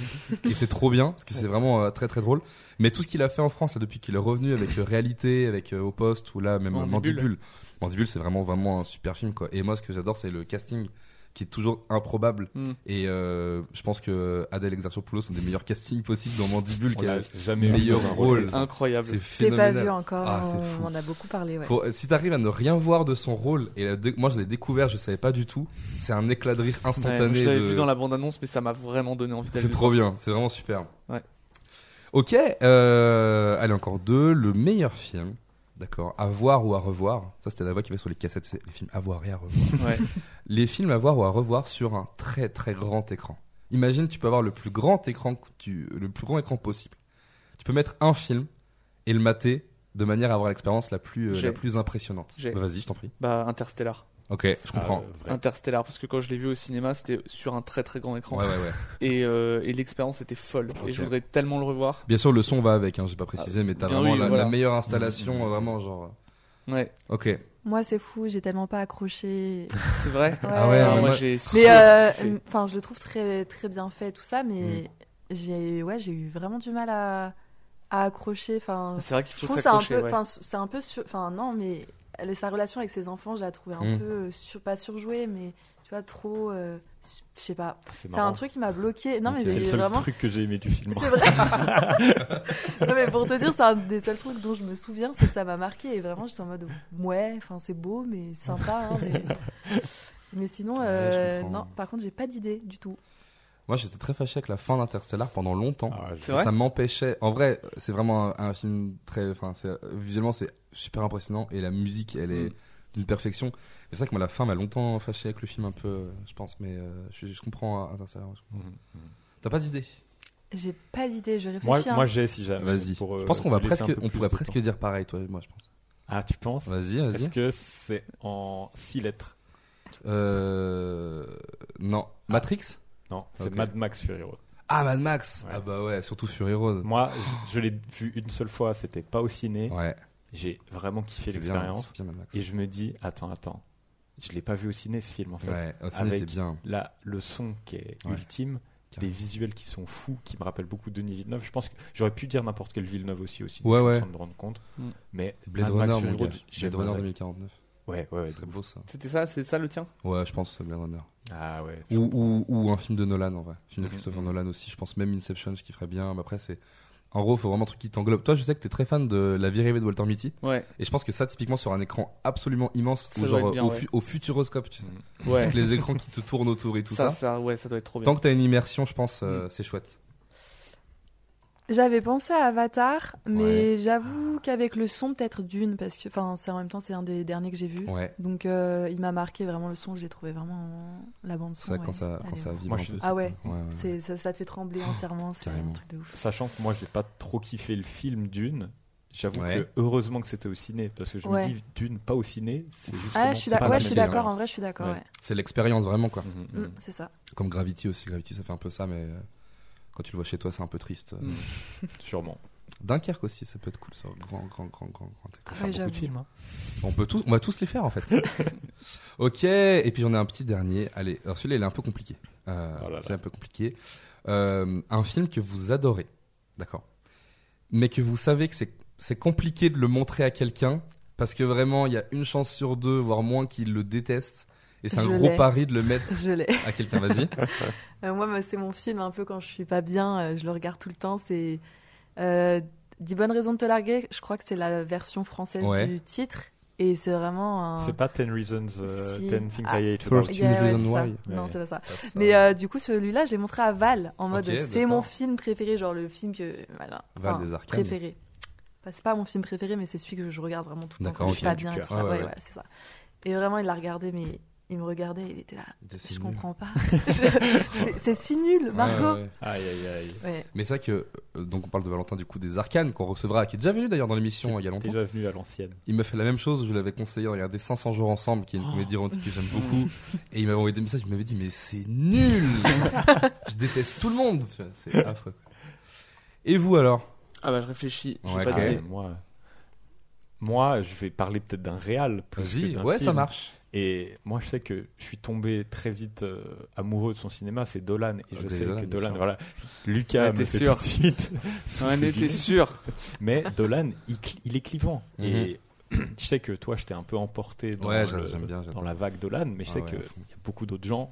S2: et c'est trop bien, parce que c'est vraiment euh, très très drôle. Mais tout ce qu'il a fait en France là depuis qu'il est revenu avec euh, Réalité, avec euh, Au Poste ou là même euh,
S8: Mandibule.
S2: Mandibule. Mandibule, c'est vraiment vraiment un super film quoi. Et moi, ce que j'adore, c'est le casting qui est toujours improbable.
S8: Mm.
S2: Et euh, je pense que Adèle Exarchopoulos sont des meilleurs castings possibles dans Mandibule,
S7: On
S2: qui a
S7: l'a
S2: le
S7: jamais vu
S2: meilleur
S7: dans un rôle
S2: rôle.
S7: comme ça.
S8: Incroyable.
S2: C'est
S9: Je l'ai pas
S2: phénoménal.
S9: vu encore,
S2: Ah, c'est fou.
S9: on en a beaucoup parlé. Ouais.
S2: Faut- si t'arrives à ne rien voir de son rôle, et la dé- moi je l'ai découvert, je savais pas du tout, c'est un éclat de rire
S8: Ouais,
S2: instantané.
S8: je l'avais
S2: de-
S8: vu dans la bande-annonce, mais ça m'a vraiment donné envie d'aller
S2: C'est
S8: le
S2: trop
S8: voir.
S2: bien, c'est vraiment super.
S8: Ouais.
S2: Ok, euh, allez encore deux, le meilleur film, d'accord, à voir ou à revoir, ça c'était la voix qui va sur les cassettes, c'est les films à voir et à revoir.
S8: <laughs> Ouais.
S2: Les films à voir ou à revoir sur un très très grand écran. Imagine, tu peux avoir le plus grand écran, que tu- le plus grand écran possible. Tu peux mettre un film et le mater de manière à avoir l'expérience la plus euh,
S8: J'ai.
S2: la plus impressionnante.
S8: J'ai. Ah,
S2: Bah, Vas-y, je t'en prie.
S8: Bah, Interstellar.
S2: Ok, je
S7: Ah,
S2: comprends.
S8: Interstellar, parce que quand je l'ai vu au cinéma, c'était sur un très très grand écran.
S2: Ouais, ouais, ouais.
S8: Et, euh, et l'expérience était folle. Et je voudrais tellement le revoir.
S2: Bien sûr, le son va avec, hein, j'ai pas précisé, mais t'as
S8: Ah, bien
S2: vraiment
S8: oui,
S2: la,
S8: voilà. Mm,
S2: la meilleure installation, euh, vraiment genre.
S8: Ouais.
S2: Ok.
S9: Moi, c'est fou, j'ai tellement pas accroché.
S8: C'est vrai
S2: Ah ouais,
S8: moi,
S2: moi-
S8: j'ai.
S9: Mais euh,
S8: surkiffé.
S9: enfin, je le trouve très très bien fait tout ça,
S7: Mm.
S9: mais j'ai ouais, j'ai eu vraiment du mal à, à accrocher. Enfin,
S8: C'est vrai qu'il
S9: je
S8: faut
S9: trouve que c'est un
S8: s'accrocher,
S9: peu-
S8: ouais.
S9: enfin, c'est un peu, sur- enfin non, mais elle est- sa relation avec ses enfants, je la trouvais un
S2: Mm.
S9: peu sur, pas surjouée, mais tu vois trop, euh, je sais pas.
S7: C'est
S9: C'est
S7: marrant.
S9: un truc qui m'a bloqué. Non mais
S7: C'est le
S9: j'ai
S7: seul
S9: vraiment.
S7: truc que j'ai aimé du film.
S9: C'est vrai. <laughs> non mais pour te dire, c'est un des seuls trucs dont je me souviens, c'est que ça m'a marqué et vraiment j'étais en mode ouais, enfin c'est beau mais sympa. hein,
S2: <laughs>
S9: mais... mais sinon, euh,
S2: comprends.
S9: non. Par contre, j'ai pas d'idée du tout.
S2: Moi, j'étais très fâché avec la fin d'Interstellar pendant longtemps.
S7: Ah.
S8: C'est vrai
S2: ça m'empêchait. En vrai, c'est vraiment un, un film très. Enfin, c'est- visuellement, c'est super impressionnant et la musique, elle
S7: Mm.
S2: est d'une perfection. Mais C'est vrai que moi, la fin m'a longtemps fâché avec le film un peu, euh, je pense. Mais euh, je, je comprends euh, Interstellar. je comprends. T'as pas d'idée
S9: J'ai pas d'idée. Je
S7: Moi,
S9: réfléchis. hein.
S7: moi j'ai si jamais.
S2: Vas-y.
S7: pour, euh,
S2: je pense qu'on va
S7: te laisser un
S2: presque,
S7: peu
S2: on
S7: plus
S2: pourrait
S7: de
S2: presque
S7: temps.
S2: dire pareil, toi et moi, je pense.
S7: Ah, tu penses
S2: Vas-y, vas-y.
S7: Est-ce que c'est en 6 lettres
S2: Euh... Non.
S7: Ah.
S2: Matrix
S7: Non, c'est
S2: Ok.
S7: Mad Max Fury Road.
S2: Ah, Mad Max
S7: Ouais.
S2: Ah bah ouais, surtout Fury Road.
S7: Moi, je, je l'ai vu une seule fois, c'était pas au ciné.
S2: Ouais.
S7: J'ai vraiment kiffé
S2: C'est bien,
S7: l'expérience.
S2: c'est bien, Mad Max.
S7: Et je me dis, attends, attends, je l'ai pas vu au ciné ce film en fait.
S2: Ouais, au ciné,
S7: Avec
S2: c'est bien.
S7: La, le son qui est
S2: Ouais.
S7: ultime, des
S2: Carrément.
S7: visuels qui sont fous, qui me rappellent beaucoup Denis Villeneuve. Je pense que j'aurais pu dire n'importe quel Villeneuve aussi au ciné,
S2: Ouais,
S7: je suis
S2: ouais.
S7: en train de me rendre compte.
S8: Mm.
S7: Mais
S2: Blade
S7: Mad Max
S2: Runner,
S7: Fury
S2: mon gars.
S7: Road, j'ai
S2: Blade Runner
S7: adoré.
S2: 2049.
S7: Ouais, ouais, ouais.
S2: C'est beau ça.
S8: C'était ça, c'est ça le tien
S2: Ouais, je pense Blade Runner.
S7: Ah ouais.
S2: Ou, ou, ou un film de Nolan en vrai. Film de
S7: Mhm,
S2: Christopher
S7: mhm.
S2: Nolan aussi. Je pense même Inception, je kifferais bien. Mais après, c'est. En gros, faut vraiment un truc qui t'englobe. Toi, je sais que t'es très fan de La vie rêvée de Walter Mitty.
S8: Ouais.
S2: Et je pense que ça, typiquement, sur un écran absolument immense,
S8: Ça
S2: ou
S8: doit
S2: genre
S8: être bien,
S2: au,
S8: ouais.
S2: fu- au futuroscope, tu sais.
S8: Ouais.
S2: Avec les écrans qui te tournent autour et tout
S8: ça,
S2: ça.
S8: ça, ouais, ça doit être trop bien.
S2: Tant que t'as une immersion, je pense, euh, c'est chouette.
S9: J'avais pensé à Avatar, mais
S2: Ouais.
S9: j'avoue qu'avec le son peut-être d'une, parce que enfin c'est en même temps c'est un des derniers que j'ai vu.
S2: Ouais.
S9: Donc euh, il m'a marqué vraiment le son. Je l'ai trouvé vraiment la bande son.
S2: C'est vrai que quand
S9: ouais.
S2: ça,
S9: Allez,
S2: quand ça
S9: ouais.
S2: vibre
S7: Moi,
S2: un
S7: je-
S2: peu.
S9: Ah ouais.
S2: Ouais, ouais.
S9: C'est- ça, ça te fait trembler entièrement. C'est un
S2: carrément.
S9: truc de ouf.
S7: Sachant que moi, j'ai pas trop kiffé le film Dune. J'avoue
S2: Ouais.
S7: que heureusement que c'était au ciné parce que je
S9: Ouais.
S7: me dis Dune pas au ciné, c'est juste
S9: Ah, je suis
S2: c'est pas
S9: d'accord.
S2: la
S9: Ouais, je suis
S2: même
S9: d'accord. En vrai, je suis d'accord.
S7: Ouais.
S9: ouais.
S2: C'est l'expérience vraiment, quoi.
S9: Mm, c'est ça.
S2: Comme Gravity aussi. Gravity, ça fait un peu ça, mais euh, quand tu le vois chez toi, c'est un peu triste.
S8: Mm.
S7: Sûrement.
S2: Dunkerque aussi, ça peut être cool, ça. Grand, grand, grand, grand, grand.
S9: Ah, Ouais,
S7: Faire beaucoup
S9: j'avoue.
S7: de films. hein.
S2: On peut tous, on va tous les faire en fait.
S7: <laughs>
S2: ok, et puis j'en ai un petit dernier. Allez, alors celui-là, il est un peu compliqué. Euh,
S7: Oh là là.
S2: celui-là, un peu compliqué. Euh, un film que vous adorez, d'accord, mais que vous savez que c'est c'est compliqué de le montrer à quelqu'un parce que vraiment, il y a une chance sur deux, voire moins, qu'il le déteste. Et c'est un
S9: Je
S2: gros
S9: l'ai.
S2: pari de le mettre
S9: <laughs> Je l'ai.
S2: à quelqu'un.
S9: <laughs>
S2: Vas-y.
S9: Euh, moi, bah, c'est mon film un peu quand je suis pas bien, euh, je le regarde tout le temps. C'est euh, Dix bonnes raisons de te larguer. Je crois que c'est la version française
S2: Ouais.
S9: du titre. Et c'est vraiment. un-
S7: C'est pas 10 Reasons, euh,
S9: Si.
S7: 10 Things
S9: Ah,
S7: I Hate
S9: il y a-
S7: About You.
S9: ouais, c'est ça. Non, c'est pas ça. Mais euh, du coup, celui-là, j'ai montré à Val en mode
S7: Ok,
S9: c'est mon film préféré, genre le film que. voilà.
S2: Val
S9: Enfin,
S2: des Arcanes.
S9: Préféré. Bah, c'est pas mon film préféré, mais c'est celui que je regarde vraiment tout le temps.
S2: D'accord,
S9: quand
S2: ok.
S9: Je suis pas
S2: Du
S9: bien, et
S2: cœur.
S9: tout ça.
S2: Ouais,
S9: Ouais,
S2: ouais.
S9: ouais, c'est ça. Et vraiment, il l'a regardé, mais il me regardait, il était là.
S2: était si
S9: Je
S2: nul.
S9: comprends pas. <laughs> Je- c'est- C'est si nul, Margot.
S7: Aïe, aïe, aïe.
S9: Ouais.
S2: Mais c'est vrai que, euh, donc on parle de Valentin du coup des arcanes qu'on recevra, qui est déjà venu d'ailleurs dans l'émission il y a longtemps.
S7: <laughs> déjà venu à l'ancienne.
S2: Il m'a fait la même chose, je lui avais conseillé de regarder 500 jours ensemble, qui est une comédie romantique que j'aime beaucoup. et il m'avait envoyé des messages, il m'avait dit mais c'est nul Je déteste tout le monde Tu vois, C'est affreux. Et vous alors
S8: Ah bah je réfléchis, j'ai
S2: Ouais,
S8: pas
S2: quand
S8: d'idée.
S2: même.
S7: Ah Moi, moi, je vais parler peut-être d'un réal plus
S2: Vas-y,
S7: que d'un
S2: ouais,
S7: film.
S2: ça marche.
S7: Et moi, je sais que je suis tombé très vite euh, amoureux de son cinéma, c'est Dolan. Et je
S2: Ah,
S7: sais
S2: Dolan,
S7: que
S2: bien
S7: Dolan,
S2: sûr.
S7: voilà, Lucas
S8: Ouais,
S7: me
S8: t'es
S7: fait
S8: sûr.
S7: tout de suite.
S2: <laughs>
S7: <laughs> sous
S8: <laughs> Ouais,
S7: les
S8: t'es
S7: guillemets.
S8: sûr.
S7: Mais Dolan, il, cl- il est clivant.
S2: Mhm.
S7: Et <clears throat> je sais que toi, je t'ai un peu emporté dans,
S2: Ouais,
S7: le-
S2: j'aime bien, j'aime
S7: dans la vague Dolan, mais je
S2: Ah
S7: sais
S2: ouais,
S7: que
S2: à
S7: qu'il y a beaucoup d'autres gens,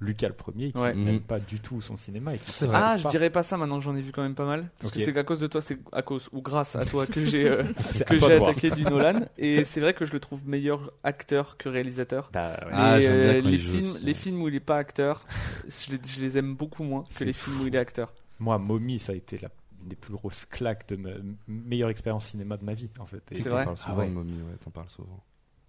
S7: Lucas le premier, qui
S8: Ouais.
S7: n'aiment
S2: Mhm.
S7: pas du tout son cinéma. Et qui
S2: C'est vrai.
S7: savent
S8: Ah, je
S7: pas.
S8: dirais pas ça maintenant que j'en ai vu quand même pas mal. Parce
S7: Ok.
S8: que c'est à cause de toi, c'est à cause ou grâce à toi que j'ai euh,
S2: <laughs>
S7: C'est à
S8: que
S7: toi
S8: j'ai
S7: de voir.
S8: attaqué du Nolan. Et c'est vrai que je le trouve meilleur acteur que réalisateur.
S7: ouais.
S8: Les,
S2: Ah, j'aime bien
S8: euh,
S2: quand il
S8: les
S2: joue
S8: films,
S2: aussi,
S8: les films où il est pas acteur, je les, je les aime beaucoup moins que
S7: C'est
S8: les films où il est acteur.
S7: Moi, Mommy, ça a été la, une des plus grosses claques de ma m- meilleure expérience cinéma de ma vie, en fait. Et-
S8: C'est
S2: T'en
S8: vrai
S2: parles
S7: Ah
S2: souvent,
S7: ouais.
S2: Mommy, ouais, t'en parles souvent.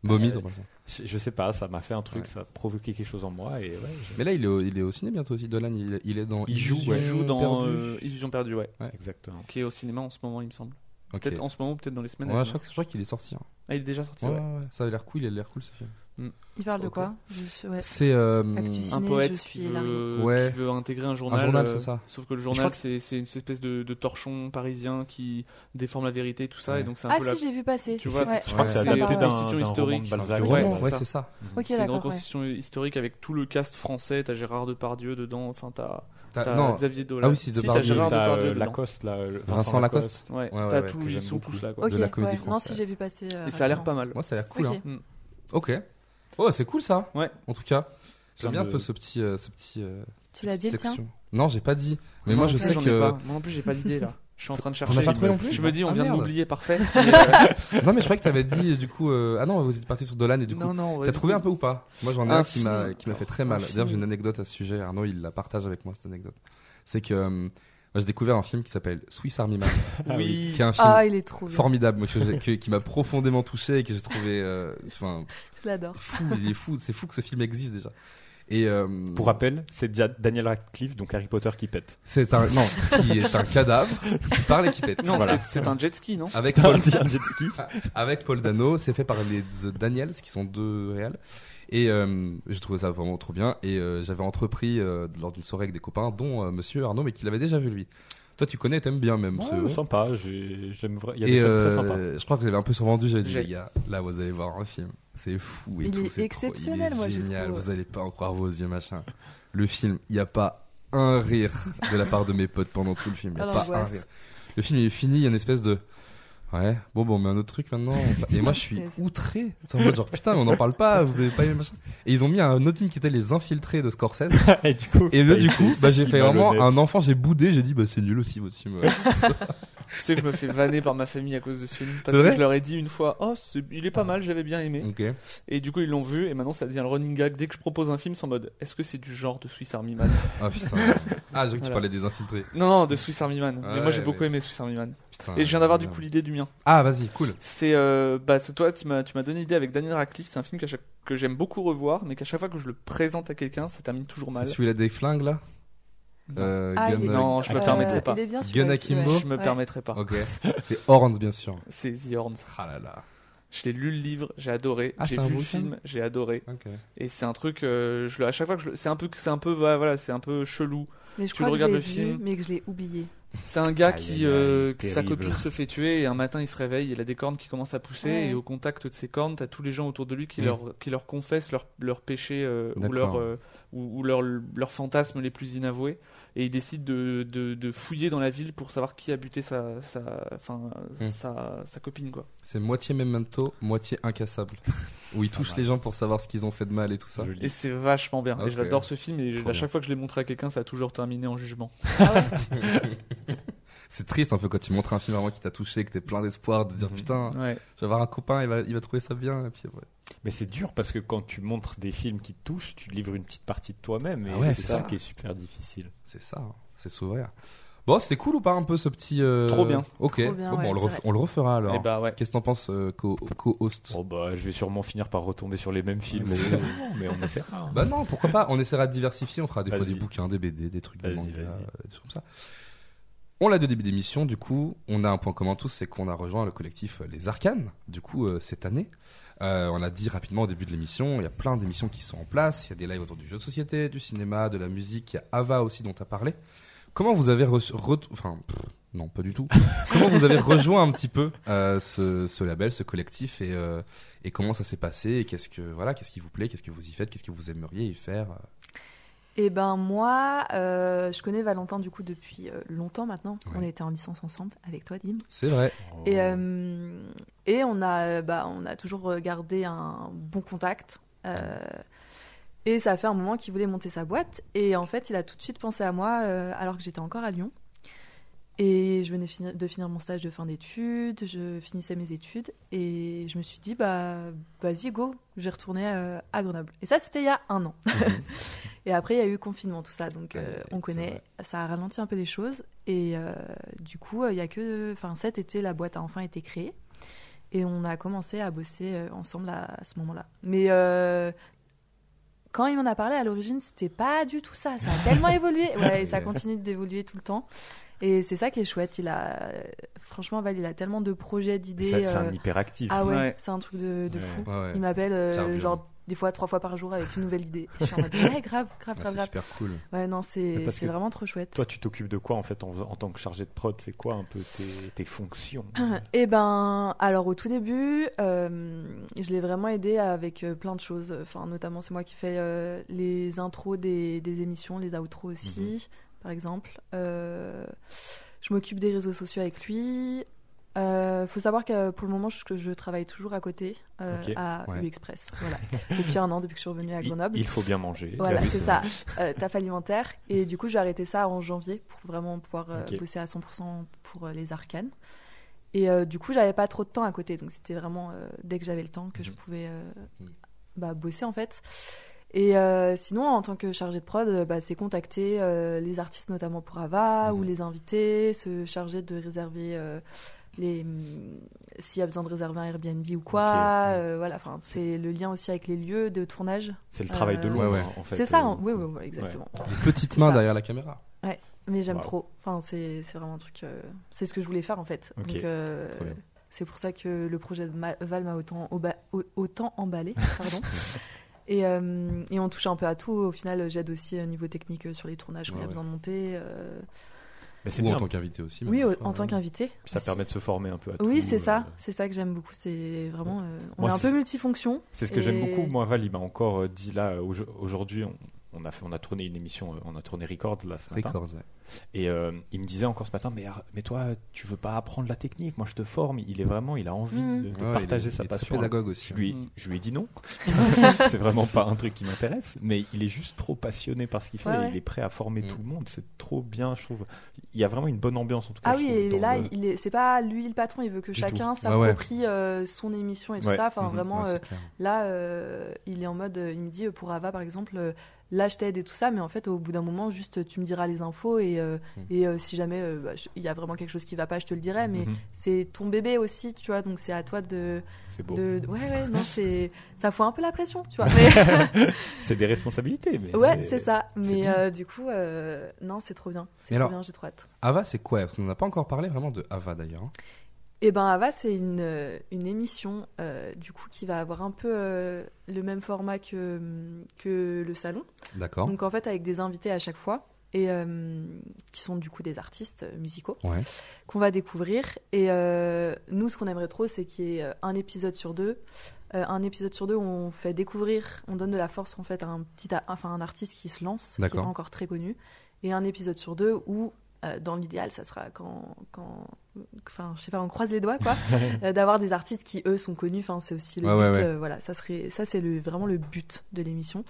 S2: Mommy,
S7: Euh,
S2: t'en parles souvent.
S7: je, je sais pas, ça m'a fait un truc,
S2: Ouais.
S7: ça a provoqué quelque chose en moi. Et ouais, je-
S2: Mais là, il est, au, il est au ciné bientôt aussi, Dolan. Il, il est dans.
S7: Il joue,
S8: Il
S7: ouais.
S8: joue dans
S2: Perdu.
S8: euh, Illusion perdue, ouais.
S2: Ouais.
S7: Exactement.
S8: Qui est au cinéma en ce moment, il me semble.
S2: Ok.
S8: Peut-être en ce moment, peut-être dans les semaines. à
S2: Ouais, je
S8: venir.
S2: crois que- je crois qu'il est sorti. hein.
S8: Ah, il est déjà sorti,
S2: Ouais,
S8: ouais.
S2: ouais, ouais. Ça a l'air cool, il a l'air cool ce film.
S9: Il parle de
S2: Ok.
S9: quoi Je suis- ouais.
S2: C'est, euh,
S9: Actu
S2: un
S8: un
S9: ciné, je
S8: poète
S9: suis
S8: qui
S9: larguée.
S8: veut,
S2: Ouais.
S8: qui veut intégrer un journal.
S2: journal,
S8: euh,
S2: c'est ça.
S8: Sauf que le
S2: Je crois
S8: journal,
S2: que-
S8: c'est c'est une espèce de, de torchon parisien qui déforme la vérité et tout ça.
S2: Ouais.
S8: Et donc c'est un
S9: Ah
S8: peu
S9: si, j'ai
S8: la...
S9: vu passer.
S8: Tu vois,
S9: Ouais.
S7: Je crois que c'est
S8: c'est
S7: adapté
S8: une
S7: d'un
S8: reconstitution
S7: d'un roman de
S8: historique.
S7: Balzac.
S2: Du
S8: Ouais,
S2: roman,
S8: c'est
S2: ouais,
S8: ça.
S2: c'est ça.
S9: Ok,
S8: c'est une
S9: d'accord. ouais.
S8: reconstitution historique avec tout le cast français. T'as Gérard Depardieu dedans. Enfin, t'as
S2: T'as-
S8: t'as
S2: non.
S8: Xavier Dolan.
S2: Ah oui, c'est
S8: Si,
S2: Depardieu.
S8: T'as Gérard
S7: T'as, euh,
S8: Depardieu dedans.
S7: Lacoste, là, euh, Vincent,
S2: Vincent Lacoste.
S8: Ouais,
S2: Ouais, ouais,
S8: t'as
S2: ouais,
S8: tout,
S7: que
S8: ils
S7: j'aime
S8: sont
S7: beaucoup.
S8: tous là. Quoi.
S9: Ok,
S2: de la comédie
S9: ouais. Non, si
S2: française.
S9: j'ai vu passer. euh,
S8: Et ça a l'air
S9: rapidement.
S8: pas mal.
S2: Moi, ça a l'air cool.
S9: Ok.
S2: hein. Ok. Ouais, c'est cool ça.
S8: Ouais.
S2: En tout cas, j'aime
S7: Plein
S2: bien un
S7: de-
S2: peu ce petit, euh, ce petit. euh,
S9: Tu l'as
S2: petite
S9: dit le tien
S2: section. Non, j'ai pas dit. Mais moi, je sais
S8: j'en ai
S2: que.
S8: pas. Moi non plus, j'ai pas d'idée là. Je suis en train de chercher.
S2: as pas trouvé non plus
S8: Je me dis, on
S2: Ah,
S8: vient de
S2: merde. <laughs>
S8: l'oublier, parfait. Mais, euh,
S2: Non, mais je croyais que t'avais dit du coup. euh, Ah non, vous êtes parti sur Dolan et du coup.
S8: Non, non. ouais,
S2: T'as
S8: du
S2: trouvé
S8: coup-
S2: un peu ou pas Moi j'en ai
S8: Un
S2: un qui m'a
S8: film.
S2: qui m'a fait
S8: Alors,
S2: très
S8: un
S2: mal. D'ailleurs j'ai
S8: film.
S2: une anecdote à ce sujet. Arnaud il la partage avec moi cette anecdote. C'est que euh, moi, j'ai découvert un film qui s'appelle Swiss Army
S8: <laughs>
S2: Man,
S8: Oui.
S2: qui est un film
S9: Ah, il est trop bien.
S2: formidable moi, que j'ai- que- qui m'a profondément touché et que j'ai trouvé euh, enfin
S9: Je l'adore.
S2: fou. Il est fou. C'est fou que ce film existe déjà. Et euh,
S7: Pour rappel, c'est déjà Daniel Radcliffe, donc Harry Potter qui
S2: <laughs>
S7: pète.
S2: c'est un non qui est un cadavre qui parle et qui pète.
S8: Non,
S2: Voilà.
S8: c'est- c'est un jet ski, non
S2: Avec
S7: T'as
S2: Paul,
S7: un jet ski.
S2: avec Paul Dano, c'est fait par les The Daniels, qui sont deux réals. Et euh, j'ai trouvé ça vraiment trop bien. Et euh, j'avais entrepris euh, lors d'une soirée avec des copains, dont euh, Monsieur Arnaud, mais qu'il avait déjà vu lui. Toi, tu connais, t'aimes bien même. ce-
S7: Ouais, Sympa, j'ai- j'aime vraiment. Il y a
S2: Et
S7: des scènes
S2: euh,
S7: très sympas.
S2: je crois que j'avais un peu survendu. J'avais dit,
S8: J'ai-
S2: les gars, là, vous allez voir un film. C'est fou et
S9: Il
S2: tout.
S9: est
S2: c'est trop-
S9: exceptionnel,
S2: il est
S9: moi, je
S2: génial.
S9: trouve.
S2: Vous allez pas en croire vos yeux, machin. Le film, il n'y a pas un rire de la part de mes potes pendant tout le film. Il n'y
S9: Ah,
S2: a pas un
S9: l'angoisse.
S2: rire. Le film, il est fini. Il y a une espèce de. Ouais, bon, bon, mais un autre truc maintenant. Et moi, je
S9: <laughs>
S2: suis outré. C'est en mode genre, putain, mais on n'en parle pas, vous avez pas aimé machin. Et ils ont mis un autre film qui était Les Infiltrés de Scorsese.
S7: <laughs> Et du coup,
S2: Et
S9: <laughs>
S2: là, du coup, bah, j'ai
S7: si
S2: fait vraiment
S7: malhonnête.
S2: un enfant, j'ai boudé, j'ai dit, bah, c'est nul aussi votre
S9: <laughs>
S2: film. ouais.
S8: Tu sais que je me fais vanner par ma famille à cause de ce film.
S2: C'est
S8: Parce que
S2: vrai Ah. Mm.
S8: je leur ai dit une fois, oh, c'est- il est pas mal, j'avais bien aimé.
S2: ok.
S8: Et du coup, ils l'ont vu, et maintenant ça devient le running gag. Dès que je propose un film, c'est en mode, est-ce que c'est du genre de Swiss
S2: <laughs>
S8: Army Man
S2: Ah, putain. Ah, j'ai cru que tu
S8: Voilà.
S2: parlais des Infiltrés.
S8: Non, non, de Swiss Army Man. mais
S2: Ouais,
S8: moi j'ai
S2: mais-
S8: beaucoup aimé Swiss Army Man.
S2: Putain,
S8: et je viens d'avoir du
S2: merde.
S8: coup l'idée du mien.
S2: Ah, vas-y, cool.
S8: C'est, euh, bah, c'est toi, tu m'as, tu m'as donné l'idée avec Daniel Radcliffe. C'est un film qu'à chaque- que j'aime beaucoup revoir, mais qu'à chaque fois que je le présente à quelqu'un, ça termine toujours
S2: C'est
S8: mal.
S2: celui-là des flingues là Euh,
S9: Ah, il est-
S8: Non, je me
S9: Euh,
S8: permettrai pas.
S9: Il est bien
S2: Gun
S9: celui-là,
S2: Akimbo.
S9: ouais.
S8: Je me
S9: Ouais.
S8: permettrai pas.
S2: Oh. Ok. <laughs> C'est Horns bien sûr.
S8: C'est The Horns.
S2: Ah là là.
S8: Je l'ai lu le livre, j'ai adoré.
S2: Ah,
S8: j'ai
S2: c'est un
S8: vu
S2: bon
S8: le
S2: film
S8: film, j'ai adoré.
S2: Ok.
S8: Et c'est un truc, euh, je le, à chaque fois que je le- c'est un peu, c'est un peu, voilà, voilà, c'est un peu chelou.
S9: Mais je
S8: Tu
S9: crois
S8: le
S9: que je
S8: regardes
S9: l'ai
S8: le
S9: vu,
S8: film.
S9: mais que je l'ai oublié.
S8: C'est un gars
S7: Aïe,
S8: qui,
S7: aïe, aïe,
S8: euh, que sa
S7: terrible.
S8: copine se fait tuer et un matin il se réveille, il a des cornes qui commencent à pousser
S9: Ouais.
S8: et au contact de ses cornes, t'as tous les gens autour de lui qui
S2: Mm.
S8: leur qui leur confessent leur leur péché euh, ou
S2: D'accord.
S8: leur euh, ou, ou leur leurs fantasmes les plus inavoués et il décide de, de, de fouiller dans la ville pour savoir qui a buté sa sa enfin
S2: Mm.
S8: sa, sa copine quoi.
S2: C'est moitié memento, moitié
S8: <laughs>
S2: incassable. Où ils
S8: Ah,
S2: touchent les gens pour savoir ce qu'ils ont fait de mal et tout ça.
S7: Joli.
S8: Et c'est vachement bien.
S2: Ah, Ok.
S8: Et j'adore ce film et
S2: Trop
S8: à
S2: bien.
S8: chaque fois que je l'ai montré à quelqu'un, ça a toujours terminé en jugement.
S2: c'est triste un peu quand tu montres un film vraiment qui t'a touché, que t'es plein d'espoir, de dire
S8: Mhm.
S2: putain,
S8: Ouais.
S2: je vais avoir un copain, il va, il va trouver ça bien. Et puis, ouais.
S7: Mais c'est dur parce que quand tu montres des films qui te touchent, tu livres une petite partie de toi-même et
S2: Ah ouais,
S7: c'est
S2: c'est
S7: ça
S2: ça.
S7: qui est super difficile.
S2: C'est ça, hein. c'est s'ouvrir. Bon, c'était cool ou pas un peu ce petit. euh,
S8: Trop bien.
S2: Ok,
S9: Trop bien,
S2: Bon,
S9: ouais,
S2: on, le
S9: c'est
S2: ref-
S9: vrai.
S2: on le refera alors.
S8: Eh bah ouais. <laughs>
S2: Qu'est-ce que t'en penses, euh, co- co-host
S7: Oh bah, je vais sûrement finir par retomber sur les mêmes films,
S2: Ouais,
S7: mais,
S2: c'est-
S7: mais on essaie.
S2: Bah non, pourquoi pas On essaiera de diversifier. On fera des fois
S7: Vas-y.
S2: des bouquins, des BD, des trucs de
S7: Vas-y,
S2: manga,
S7: vas-y.
S2: euh, des trucs comme ça. On l'a dit au début d'émission, du coup, on a un point commun tous, c'est qu'on a rejoint le collectif euh, Les Arcanes, du coup, euh, cette année. Euh, on l'a dit rapidement au début de l'émission, il y a plein d'émissions qui sont en place, il y a des lives autour du jeu de société, du cinéma, de la musique, il y a Ava aussi dont tu as parlé. Comment vous avez reçu... re- Enfin, pff, non, pas du tout. comment vous avez rejoint un petit peu euh, ce, ce label, ce collectif, et, euh, et comment ça s'est passé, et qu'est-ce que voilà, qu'est-ce qui vous plaît, qu'est-ce que vous y faites, qu'est-ce que vous aimeriez y faire euh,
S9: Eh ben moi, euh, je connais Valentin du coup depuis euh, longtemps maintenant.
S2: Ouais.
S9: On était en licence ensemble avec toi, Dim.
S2: C'est vrai.
S9: Et, euh, et on, a, euh, bah, on a toujours gardé un bon contact. euh, et ça a fait un moment qu'il voulait monter sa boîte. Et en fait, il a tout de suite pensé à moi euh, alors que j'étais encore à Lyon. Et je venais finir- de finir mon stage de fin d'études, je finissais mes études. Et je me suis dit, bah vas-y, go, j'ai retourné euh, à Grenoble. Et ça, c'était il y a un an. <laughs> et après, il y a eu confinement, tout ça. Donc, euh,
S2: Ouais,
S9: on connaît. Ça a ralenti un peu les choses. Et euh, du coup, euh, il y a que. Enfin, cet été, la boîte a enfin été créée. Et on a commencé à bosser euh, ensemble à, à ce moment-là. Mais euh, quand il m'en a parlé à l'origine, c'était pas du tout ça. Ça a
S7: <laughs>
S9: tellement évolué. Ouais, et ça continue d'évoluer tout le temps. Et c'est ça qui est chouette. Il a, franchement, Val, il a tellement de projets, d'idées.
S7: Ça- C'est
S9: euh,
S7: un hyperactif.
S9: Ah ouais,
S8: Ouais.
S9: c'est un truc de, de
S7: Ouais.
S9: fou.
S2: Ouais, ouais.
S9: Il m'appelle euh,
S2: Carburant.
S9: genre des fois trois fois par jour avec une nouvelle idée. Je suis en
S7: <laughs>
S9: mode ouais, grave, grave,
S2: Ah,
S9: grave,
S2: c'est
S9: grave.
S2: super cool.
S9: Ouais, non,
S7: Mais
S9: c'est
S7: parce
S9: c'est
S7: que
S9: vraiment trop chouette.
S7: Toi, tu t'occupes de quoi en fait en, faisant- en tant que chargé de prod C'est quoi un peu tes, tes fonctions
S9: Eh ben, alors au tout début, euh, je l'ai vraiment aidé avec euh, plein de choses. Enfin, notamment, c'est moi qui fais euh, les intros des, des émissions, les outros aussi,
S7: Mhm.
S9: par exemple. Euh, je m'occupe des réseaux sociaux avec lui. Euh, faut savoir que euh, pour le moment, je, que je travaille toujours à côté euh,
S7: Ok,
S9: à
S2: ouais.
S9: U-Express. Voilà. Depuis un an, depuis que je suis revenue à
S7: il,
S9: Grenoble.
S7: il faut bien manger. Ah
S9: Voilà,
S7: Oui,
S9: c'est ça, euh, taf alimentaire. Et du coup, j'ai arrêté ça en janvier pour vraiment pouvoir euh,
S7: Ok.
S9: bosser à 100% pour euh, les arcanes. Et euh, du coup, j'avais pas trop de temps à côté, donc c'était vraiment euh, dès que j'avais le temps que je
S2: Mhm.
S9: pouvais euh,
S2: Mhm.
S9: bah, bosser en fait. Et euh, sinon, en tant que chargé de prod, euh, bah, c'est contacter euh, les artistes, notamment pour Ava, ou
S2: Mhm.
S9: les inviter, se charger de réserver euh, les. hum, S'il y a besoin de réserver un Airbnb ou quoi.
S7: Ok, ouais.
S9: euh, voilà, enfin, c'est le lien aussi avec les lieux de tournage.
S7: C'est le travail de
S9: Euh,
S7: l'ombre
S2: ouais,
S7: en fait.
S9: C'est ça,
S7: euh,
S9: hein. oui, oui, oui, exactement.
S2: Une petite
S9: C'est
S2: main
S9: ça.
S2: derrière la caméra.
S9: Mais j'aime
S7: Wow.
S9: trop. Enfin, c'est c'est vraiment un truc. euh, c'est ce que je voulais faire en fait.
S7: Ok,
S9: Donc, euh,
S2: trop bien.
S9: c'est pour ça que le projet de Ma- Val m'a autant, oba- au- autant emballé.
S7: <laughs>
S9: Pardon. Et, euh, et on touche un peu à tout. Au final, j'aide aussi au niveau technique euh, sur les tournages quand il
S2: Ouais,
S9: y a
S2: ouais.
S9: besoin de monter. euh,
S7: Mais c'est
S2: Ou
S7: bien.
S2: en tant qu'invité aussi.
S9: Oui,
S2: même,
S9: au-
S2: des fois,
S9: en tant
S2: ouais.
S9: qu'invité.
S7: Ça
S9: aussi.
S7: permet de se former un peu à tout.
S9: Oui, c'est ça.
S7: euh,
S9: C'est ça que j'aime beaucoup. C'est vraiment. euh, on
S7: Moi,
S9: est un
S7: c'est-
S9: peu multifonction.
S7: C'est ce que j'aime
S9: Et-
S7: beaucoup. Moi, Val, il m'a encore euh, dit là euh, au- aujourd'hui. On, on a fait, on a tourné une émission, euh, on a tourné Record là ce matin.
S2: Records, ouais.
S7: Et euh, il me disait encore ce matin, mais, ar- mais toi, tu veux pas apprendre la technique Moi, je te forme. Il est vraiment, il a envie
S9: Mhm.
S7: de, de
S2: Ouais,
S7: partager
S2: il est-
S7: sa
S2: il est très
S7: passion.
S2: pédagogue aussi.
S7: Je lui, ai-
S9: Mmh.
S8: Mhm.
S7: je lui ai dit
S9: <laughs>
S7: non. c'est vraiment pas un truc qui m'intéresse, mais il est juste trop passionné par ce qu'il fait.
S9: Ouais,
S7: et
S9: ouais.
S7: Il est prêt à former
S2: Mhm.
S7: tout le monde. C'est trop bien, je trouve. Il y a vraiment une bonne ambiance en tout cas.
S9: Ah
S7: je
S9: oui,
S7: trouve,
S9: et
S7: dans
S9: là,
S7: le-
S9: il est, c'est pas lui le patron, il veut que
S7: Du
S9: chacun
S2: tout. Ouais, ouais.
S9: s'approprie euh, son émission et tout
S7: Ouais.
S9: ça. Enfin,
S7: Mhm.
S9: vraiment,
S2: Ouais,
S9: euh,
S2: c'est clair.
S9: Là, euh, il est en mode, euh, il me dit euh, pour Ava par exemple, euh, là je t'aide et tout ça, mais en fait au bout d'un moment, juste euh, tu me diras les infos et, euh,
S2: Mm.
S9: et euh, si jamais euh, bah, je- il y a vraiment quelque chose qui va pas, je te le dirai, mais
S7: Mhm.
S9: c'est ton bébé aussi, tu vois, donc c'est à toi de,
S7: C'est beau.
S9: de- de- Ouais, ouais, non, c'est. ça fout un peu la pression, tu vois. mais-
S7: C'est des responsabilités. Mais
S9: <laughs> ouais, c'est ça, mais
S7: bien.
S9: euh, du coup, euh, non, c'est trop bien, c'est
S2: Mais
S9: trop
S2: alors-
S9: bien, j'ai trop hâte.
S2: Ava, c'est quoi Parce qu'on n'a pas encore parlé vraiment de Ava d'ailleurs. hein.
S9: Et ben Ava, c'est une, euh, une émission euh, du coup qui va avoir un peu euh, le même format que, que le salon.
S2: D'accord.
S9: Donc en fait avec des invités à chaque fois et euh, qui sont du coup des artistes euh, musicaux
S2: Ouais.
S9: qu'on va découvrir. Et euh, nous ce qu'on aimerait trop c'est qu'il y ait euh, un épisode sur deux. Euh, un épisode sur deux où on fait découvrir, on donne de la force en fait à un petit, a- enfin un artiste qui se lance, qui n'est pas
S2: D'accord.
S9: encore très connu, et un épisode sur deux où euh, dans l'idéal ça sera quand, quand, enfin je sais pas, on croise les doigts quoi,
S2: <laughs>
S9: euh, d'avoir des artistes qui eux sont connus. Enfin c'est aussi le
S2: Ouais, ouais,
S9: but,
S2: ouais.
S9: euh, voilà ça serait, ça c'est le, vraiment le but de l'émission.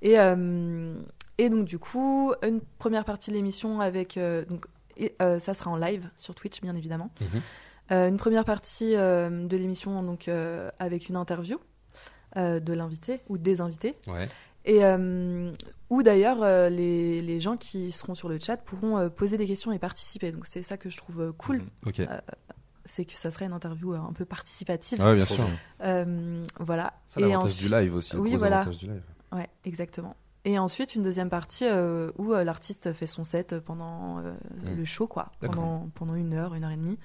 S9: Et, euh, et donc, du coup, une première partie de l'émission avec euh, donc, Et euh, ça sera en live sur Twitch, bien évidemment.
S2: Mhm.
S9: Euh, une première partie euh, de l'émission donc euh, avec une interview euh, de l'invité ou des invités.
S2: Ouais.
S9: Et euh, où d'ailleurs euh, les, les gens qui seront sur le chat pourront euh, poser des questions et participer. Donc c'est ça que je trouve euh, cool.
S7: Mmh.
S2: Ok.
S9: Euh, c'est que ça serait une interview euh, un peu participative.
S2: Ah ouais, bien sûr.
S9: Euh, voilà.
S2: Ça, l'avantage
S9: ensuite-
S2: du live aussi, le
S9: Oui,
S2: gros
S9: voilà.
S2: avantage du live.
S9: Ouais, exactement. Et ensuite, une deuxième partie euh, où euh, l'artiste fait son set pendant euh,
S2: Mm.
S9: le show, quoi.
S2: D'accord.
S9: Pendant, pendant une heure, une heure et demie.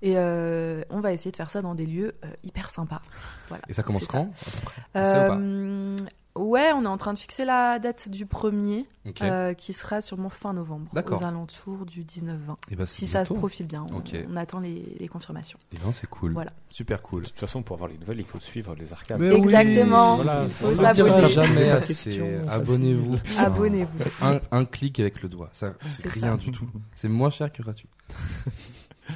S9: Et euh, on va essayer de faire ça dans des lieux euh, hyper sympas. Voilà.
S2: Et ça commence
S9: C'est
S2: quand, à peu près On sait ou pas
S9: Euh, Ouais, on est en train de fixer la date du premier,
S2: Ok.
S9: euh, qui sera sûrement fin novembre,
S2: D'accord.
S9: aux alentours du 19-20.
S2: Eh ben, c'est
S9: si ça se
S2: bientôt.
S9: profile bien, on,
S2: Ok.
S9: on attend les, les confirmations.
S2: Eh ben, c'est cool.
S9: Voilà.
S2: Super cool.
S7: De toute façon, pour avoir les nouvelles, il faut suivre les arcades.
S9: Mais Exactement. oui. Il faut
S2: on
S9: s'abonner.
S2: dira jamais
S9: Pas de
S2: assez.
S9: question, facile.
S2: Abonnez-vous. putain.
S9: Abonnez-vous.
S2: Un, un clic avec le doigt. Ça, c'est
S9: C'est
S2: rien
S9: ça.
S2: du tout. C'est moins cher que gratuit.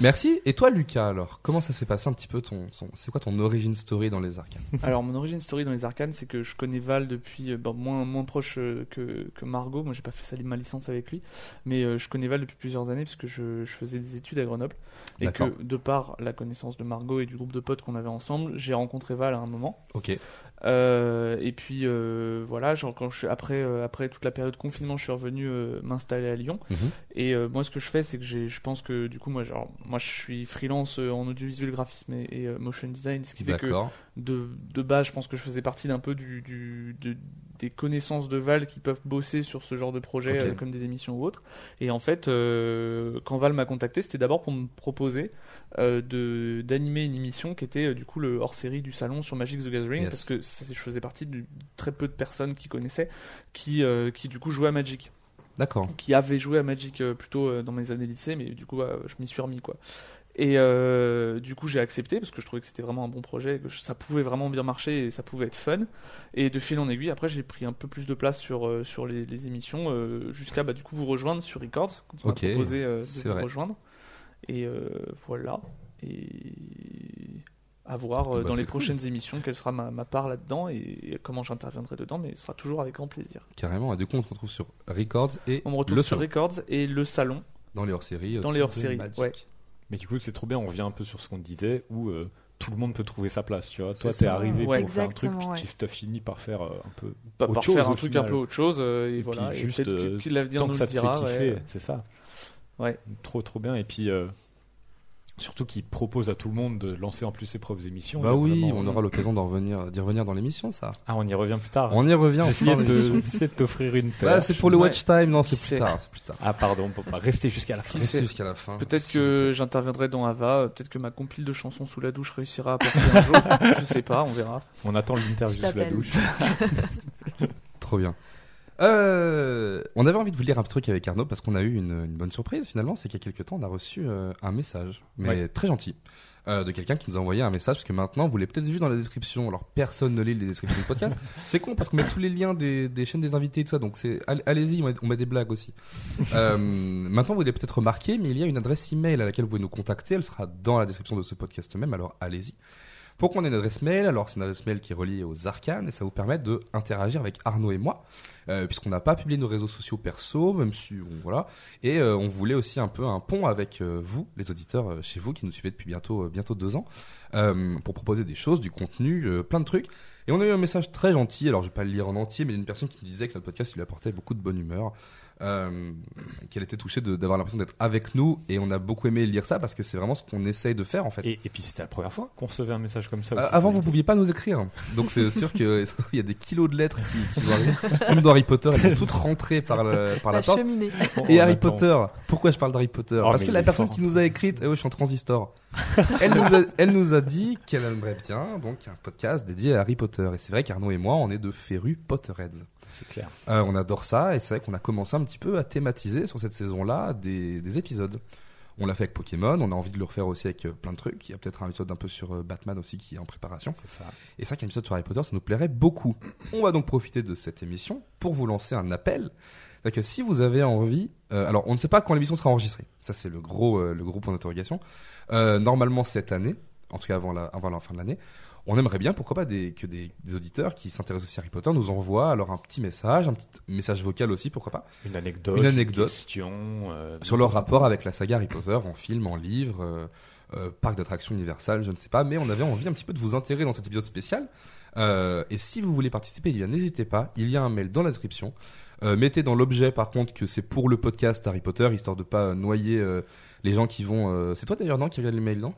S2: Merci. Et toi, Lucas, alors, comment ça s'est passé un petit peu ton, son- c'est quoi ton origin story dans les arcades
S8: Alors, mon origin story dans les arcanes, c'est que je connais Val depuis euh, bon, moins, moins proche euh, que, que Margot. Moi, j'ai pas fait ça, ma licence avec lui. Mais euh, je connais Val depuis plusieurs années parce que je, je faisais des études à Grenoble. Et
S2: D'accord.
S8: que, de par la connaissance de Margot et du groupe de potes qu'on avait ensemble, j'ai rencontré Val à un moment.
S2: Ok.
S8: Euh, et puis, euh, voilà, genre, quand je, suis- après, euh, après toute la période confinement, je suis revenu euh, m'installer à Lyon.
S2: Mhm.
S8: Et euh, moi, ce que je fais, c'est que j'ai- je pense que du coup, moi, genre, moi, je suis freelance euh, en audiovisuel, graphisme et, et, euh, motion design, ce qui fait que
S2: D'accord.
S8: de, de base, je pense que je faisais partie d'un peu du, du- de- des connaissances de Val qui peuvent bosser sur ce genre de projet,
S2: Ok.
S8: euh, comme des émissions ou autres. Et en fait, euh, quand Val m'a contacté, c'était d'abord pour me proposer euh, de d'animer une émission qui était euh, du coup le hors-série du salon sur Magic the Gathering,
S2: Yes.
S8: parce que ça, je faisais partie de très peu de personnes qui connaissaient, qui, euh, qui du coup jouaient à Magic
S2: D'accord.
S8: qui avait joué à Magic euh, plutôt euh, dans mes années lycée, mais du coup, euh, je m'y suis remis, quoi. Et euh, du coup, j'ai accepté parce que je trouvais que c'était vraiment un bon projet, que je- ça pouvait vraiment bien marcher et ça pouvait être fun. Et de fil en aiguille, après, j'ai pris un peu plus de place sur, euh, sur les, les émissions euh, jusqu'à bah, du coup vous rejoindre sur Record quand on m'a
S2: Ok,
S8: proposé euh,
S2: c'est
S8: de vous
S2: vrai.
S8: rejoindre. Et euh, voilà. Et à voir euh,
S2: Bah,
S8: dans
S2: c'est
S8: les
S2: cool.
S8: prochaines émissions quelle sera ma, ma part là-dedans et, et comment j'interviendrai dedans, mais ce sera toujours avec grand plaisir.
S2: Carrément. Et du coup, on te retrouve sur Records et
S8: On me retrouve
S2: le
S8: sur
S2: salon.
S8: Records et le salon.
S2: Dans les hors-séries.
S8: Dans
S2: aussi.
S8: les hors-séries, ouais.
S7: Mais du coup, c'est trop bien, on revient un peu sur ce qu'on disait, où euh, tout le monde peut trouver sa place, tu vois.
S8: C'est
S7: Toi, t'es
S8: ça.
S7: arrivé
S8: Ouais.
S7: pour faire un truc,
S8: Exactement,
S7: puis
S8: ouais.
S7: tu as fini par faire euh, un peu
S8: Par-
S7: autre
S8: par
S7: chose
S8: faire un
S7: au
S8: truc
S7: final.
S8: un peu autre chose, euh, et voilà,
S7: puis
S8: et
S7: juste,
S8: peut-être que-
S7: euh,
S8: que l'avenir
S7: tant
S8: nous
S7: que ça
S8: le
S7: te
S8: dira,
S7: fait kiffer,
S8: ouais.
S7: c'est ça.
S8: Ouais.
S7: Trop, trop bien. Et puis, euh, surtout qu'il propose à tout le monde de lancer en plus ses propres émissions.
S2: Bah
S7: Il y a
S2: oui,
S7: vraiment-
S2: on aura l'occasion d'en revenir, d'y revenir dans l'émission, ça.
S7: Ah, on y revient plus tard.
S2: On y revient. on
S7: J'essayais
S2: fera
S7: de-
S2: l'émission.
S7: j'essayais de t'offrir une
S2: Bah, c'est pour le
S8: Ouais.
S2: watch time, non, c'est
S8: Qui
S2: plus
S8: sait
S2: tard, c'est plus tard.
S7: Ah, pardon, pour pas rester jusqu'à la fin.
S8: Qui sait
S2: Restez jusqu'à la fin.
S8: Peut-être
S2: Si.
S8: que j'interviendrai dans Ava, euh, peut-être que ma compile de chansons sous la douche réussira à passer
S7: <laughs>
S8: un jour, je sais pas, on verra.
S7: On attend l'interview
S9: Je sous la douche.
S2: Trop bien. Euh, on avait envie de vous lire un truc avec Arnaud parce qu'on a eu une, une bonne surprise finalement, c'est qu'il y a quelques temps on a reçu euh, un message, mais
S7: Ouais.
S2: très gentil, euh, de quelqu'un qui nous a envoyé un message parce que maintenant vous l'avez peut-être vu dans la description, alors personne ne lit les descriptions du podcast, c'est con parce qu'on met tous les liens des, des chaînes des invités et tout ça, donc c'est allez- allez-y, on, met- on met des blagues aussi. Euh, maintenant vous l'avez peut-être remarqué, mais il y a une adresse email à laquelle vous pouvez nous contacter, elle sera dans la description de ce podcast même, alors allez-y. Pour qu'on ait une adresse mail, alors c'est une adresse mail qui est reliée aux arcanes et ça vous permet de interagir avec Arnaud et moi, euh, puisqu'on n'a pas publié nos réseaux sociaux perso, même si bon, voilà, et euh, on voulait aussi un peu un pont avec euh, vous, les auditeurs euh, chez vous qui nous suivez depuis bientôt euh, bientôt deux ans, euh, pour proposer des choses, du contenu, euh, plein de trucs. Et on a eu un message très gentil, alors je vais pas le lire en entier, mais d'une personne qui me disait que notre podcast lui apportait beaucoup de bonne humeur, euh, qu'elle était touchée de- d'avoir l'impression d'être avec nous, et on a beaucoup aimé lire ça parce que c'est vraiment ce qu'on essaye de faire en fait.
S7: Et, et puis, c'était la première fois qu'on recevait un message comme ça.
S2: Euh,
S7: aussi.
S2: avant, vous pouviez pas nous écrire. Donc, c'est sûr <laughs> qu'il y a des kilos de lettres qui, qui vont arriver. Comme dans Harry Potter, elles vont toutes rentrer par, le- par la,
S9: La
S2: porte.
S9: cheminée.
S2: Et
S7: Oh, On
S2: Harry
S7: attend.
S2: Potter, pourquoi je parle d'Harry Potter
S7: Oh,
S2: Parce
S7: mais
S2: que
S7: il
S2: la
S7: est
S2: personne
S7: fort,
S2: qui nous a écrite, eh oui, je suis en
S7: <laughs>
S2: transistor, elle nous a, elle nous a dit qu'elle aimerait bien donc un podcast dédié à Harry Potter. Et c'est vrai qu'Arnaud et moi, on est de férus Potterheads.
S7: C'est clair.
S2: Euh, on adore ça et c'est vrai qu'on a commencé un petit peu à thématiser sur cette saison-là des, des épisodes. On l'a fait avec Pokémon, on a envie de le refaire aussi avec euh, plein de trucs. Il y a peut-être un épisode un peu sur euh, Batman aussi qui est en préparation.
S7: C'est ça.
S2: Et ça, qu'un épisode sur Harry Potter, ça nous plairait beaucoup. On va donc profiter de cette émission pour vous lancer un appel. C'est-à-dire que si vous avez envie, euh, alors on ne sait pas quand l'émission sera enregistrée. Ça, c'est le gros, euh, le gros point d'interrogation. Euh, normalement cette année, en tout cas avant la, avant la fin de l'année, on aimerait bien, pourquoi pas, des, que des, des auditeurs qui s'intéressent aussi à Harry Potter nous envoient alors un petit message, un petit message vocal aussi, pourquoi pas.
S7: Une anecdote,
S2: Une
S7: une
S2: anecdote.
S7: question, euh,
S2: sur leur rapport avec la saga Harry Potter en film, en livre, euh, euh, parc d'attractions universal, je ne sais pas. Mais on avait envie un petit peu de vous intéresser dans cet épisode spécial. Euh, et si vous voulez participer, eh bien, n'hésitez pas. Il y a un mail dans la description. Euh, mettez dans l'objet, par contre, que c'est pour le podcast Harry Potter, histoire de pas euh, noyer euh, les gens qui vont. euh, C'est toi d'ailleurs, non, qui regarde les mails, non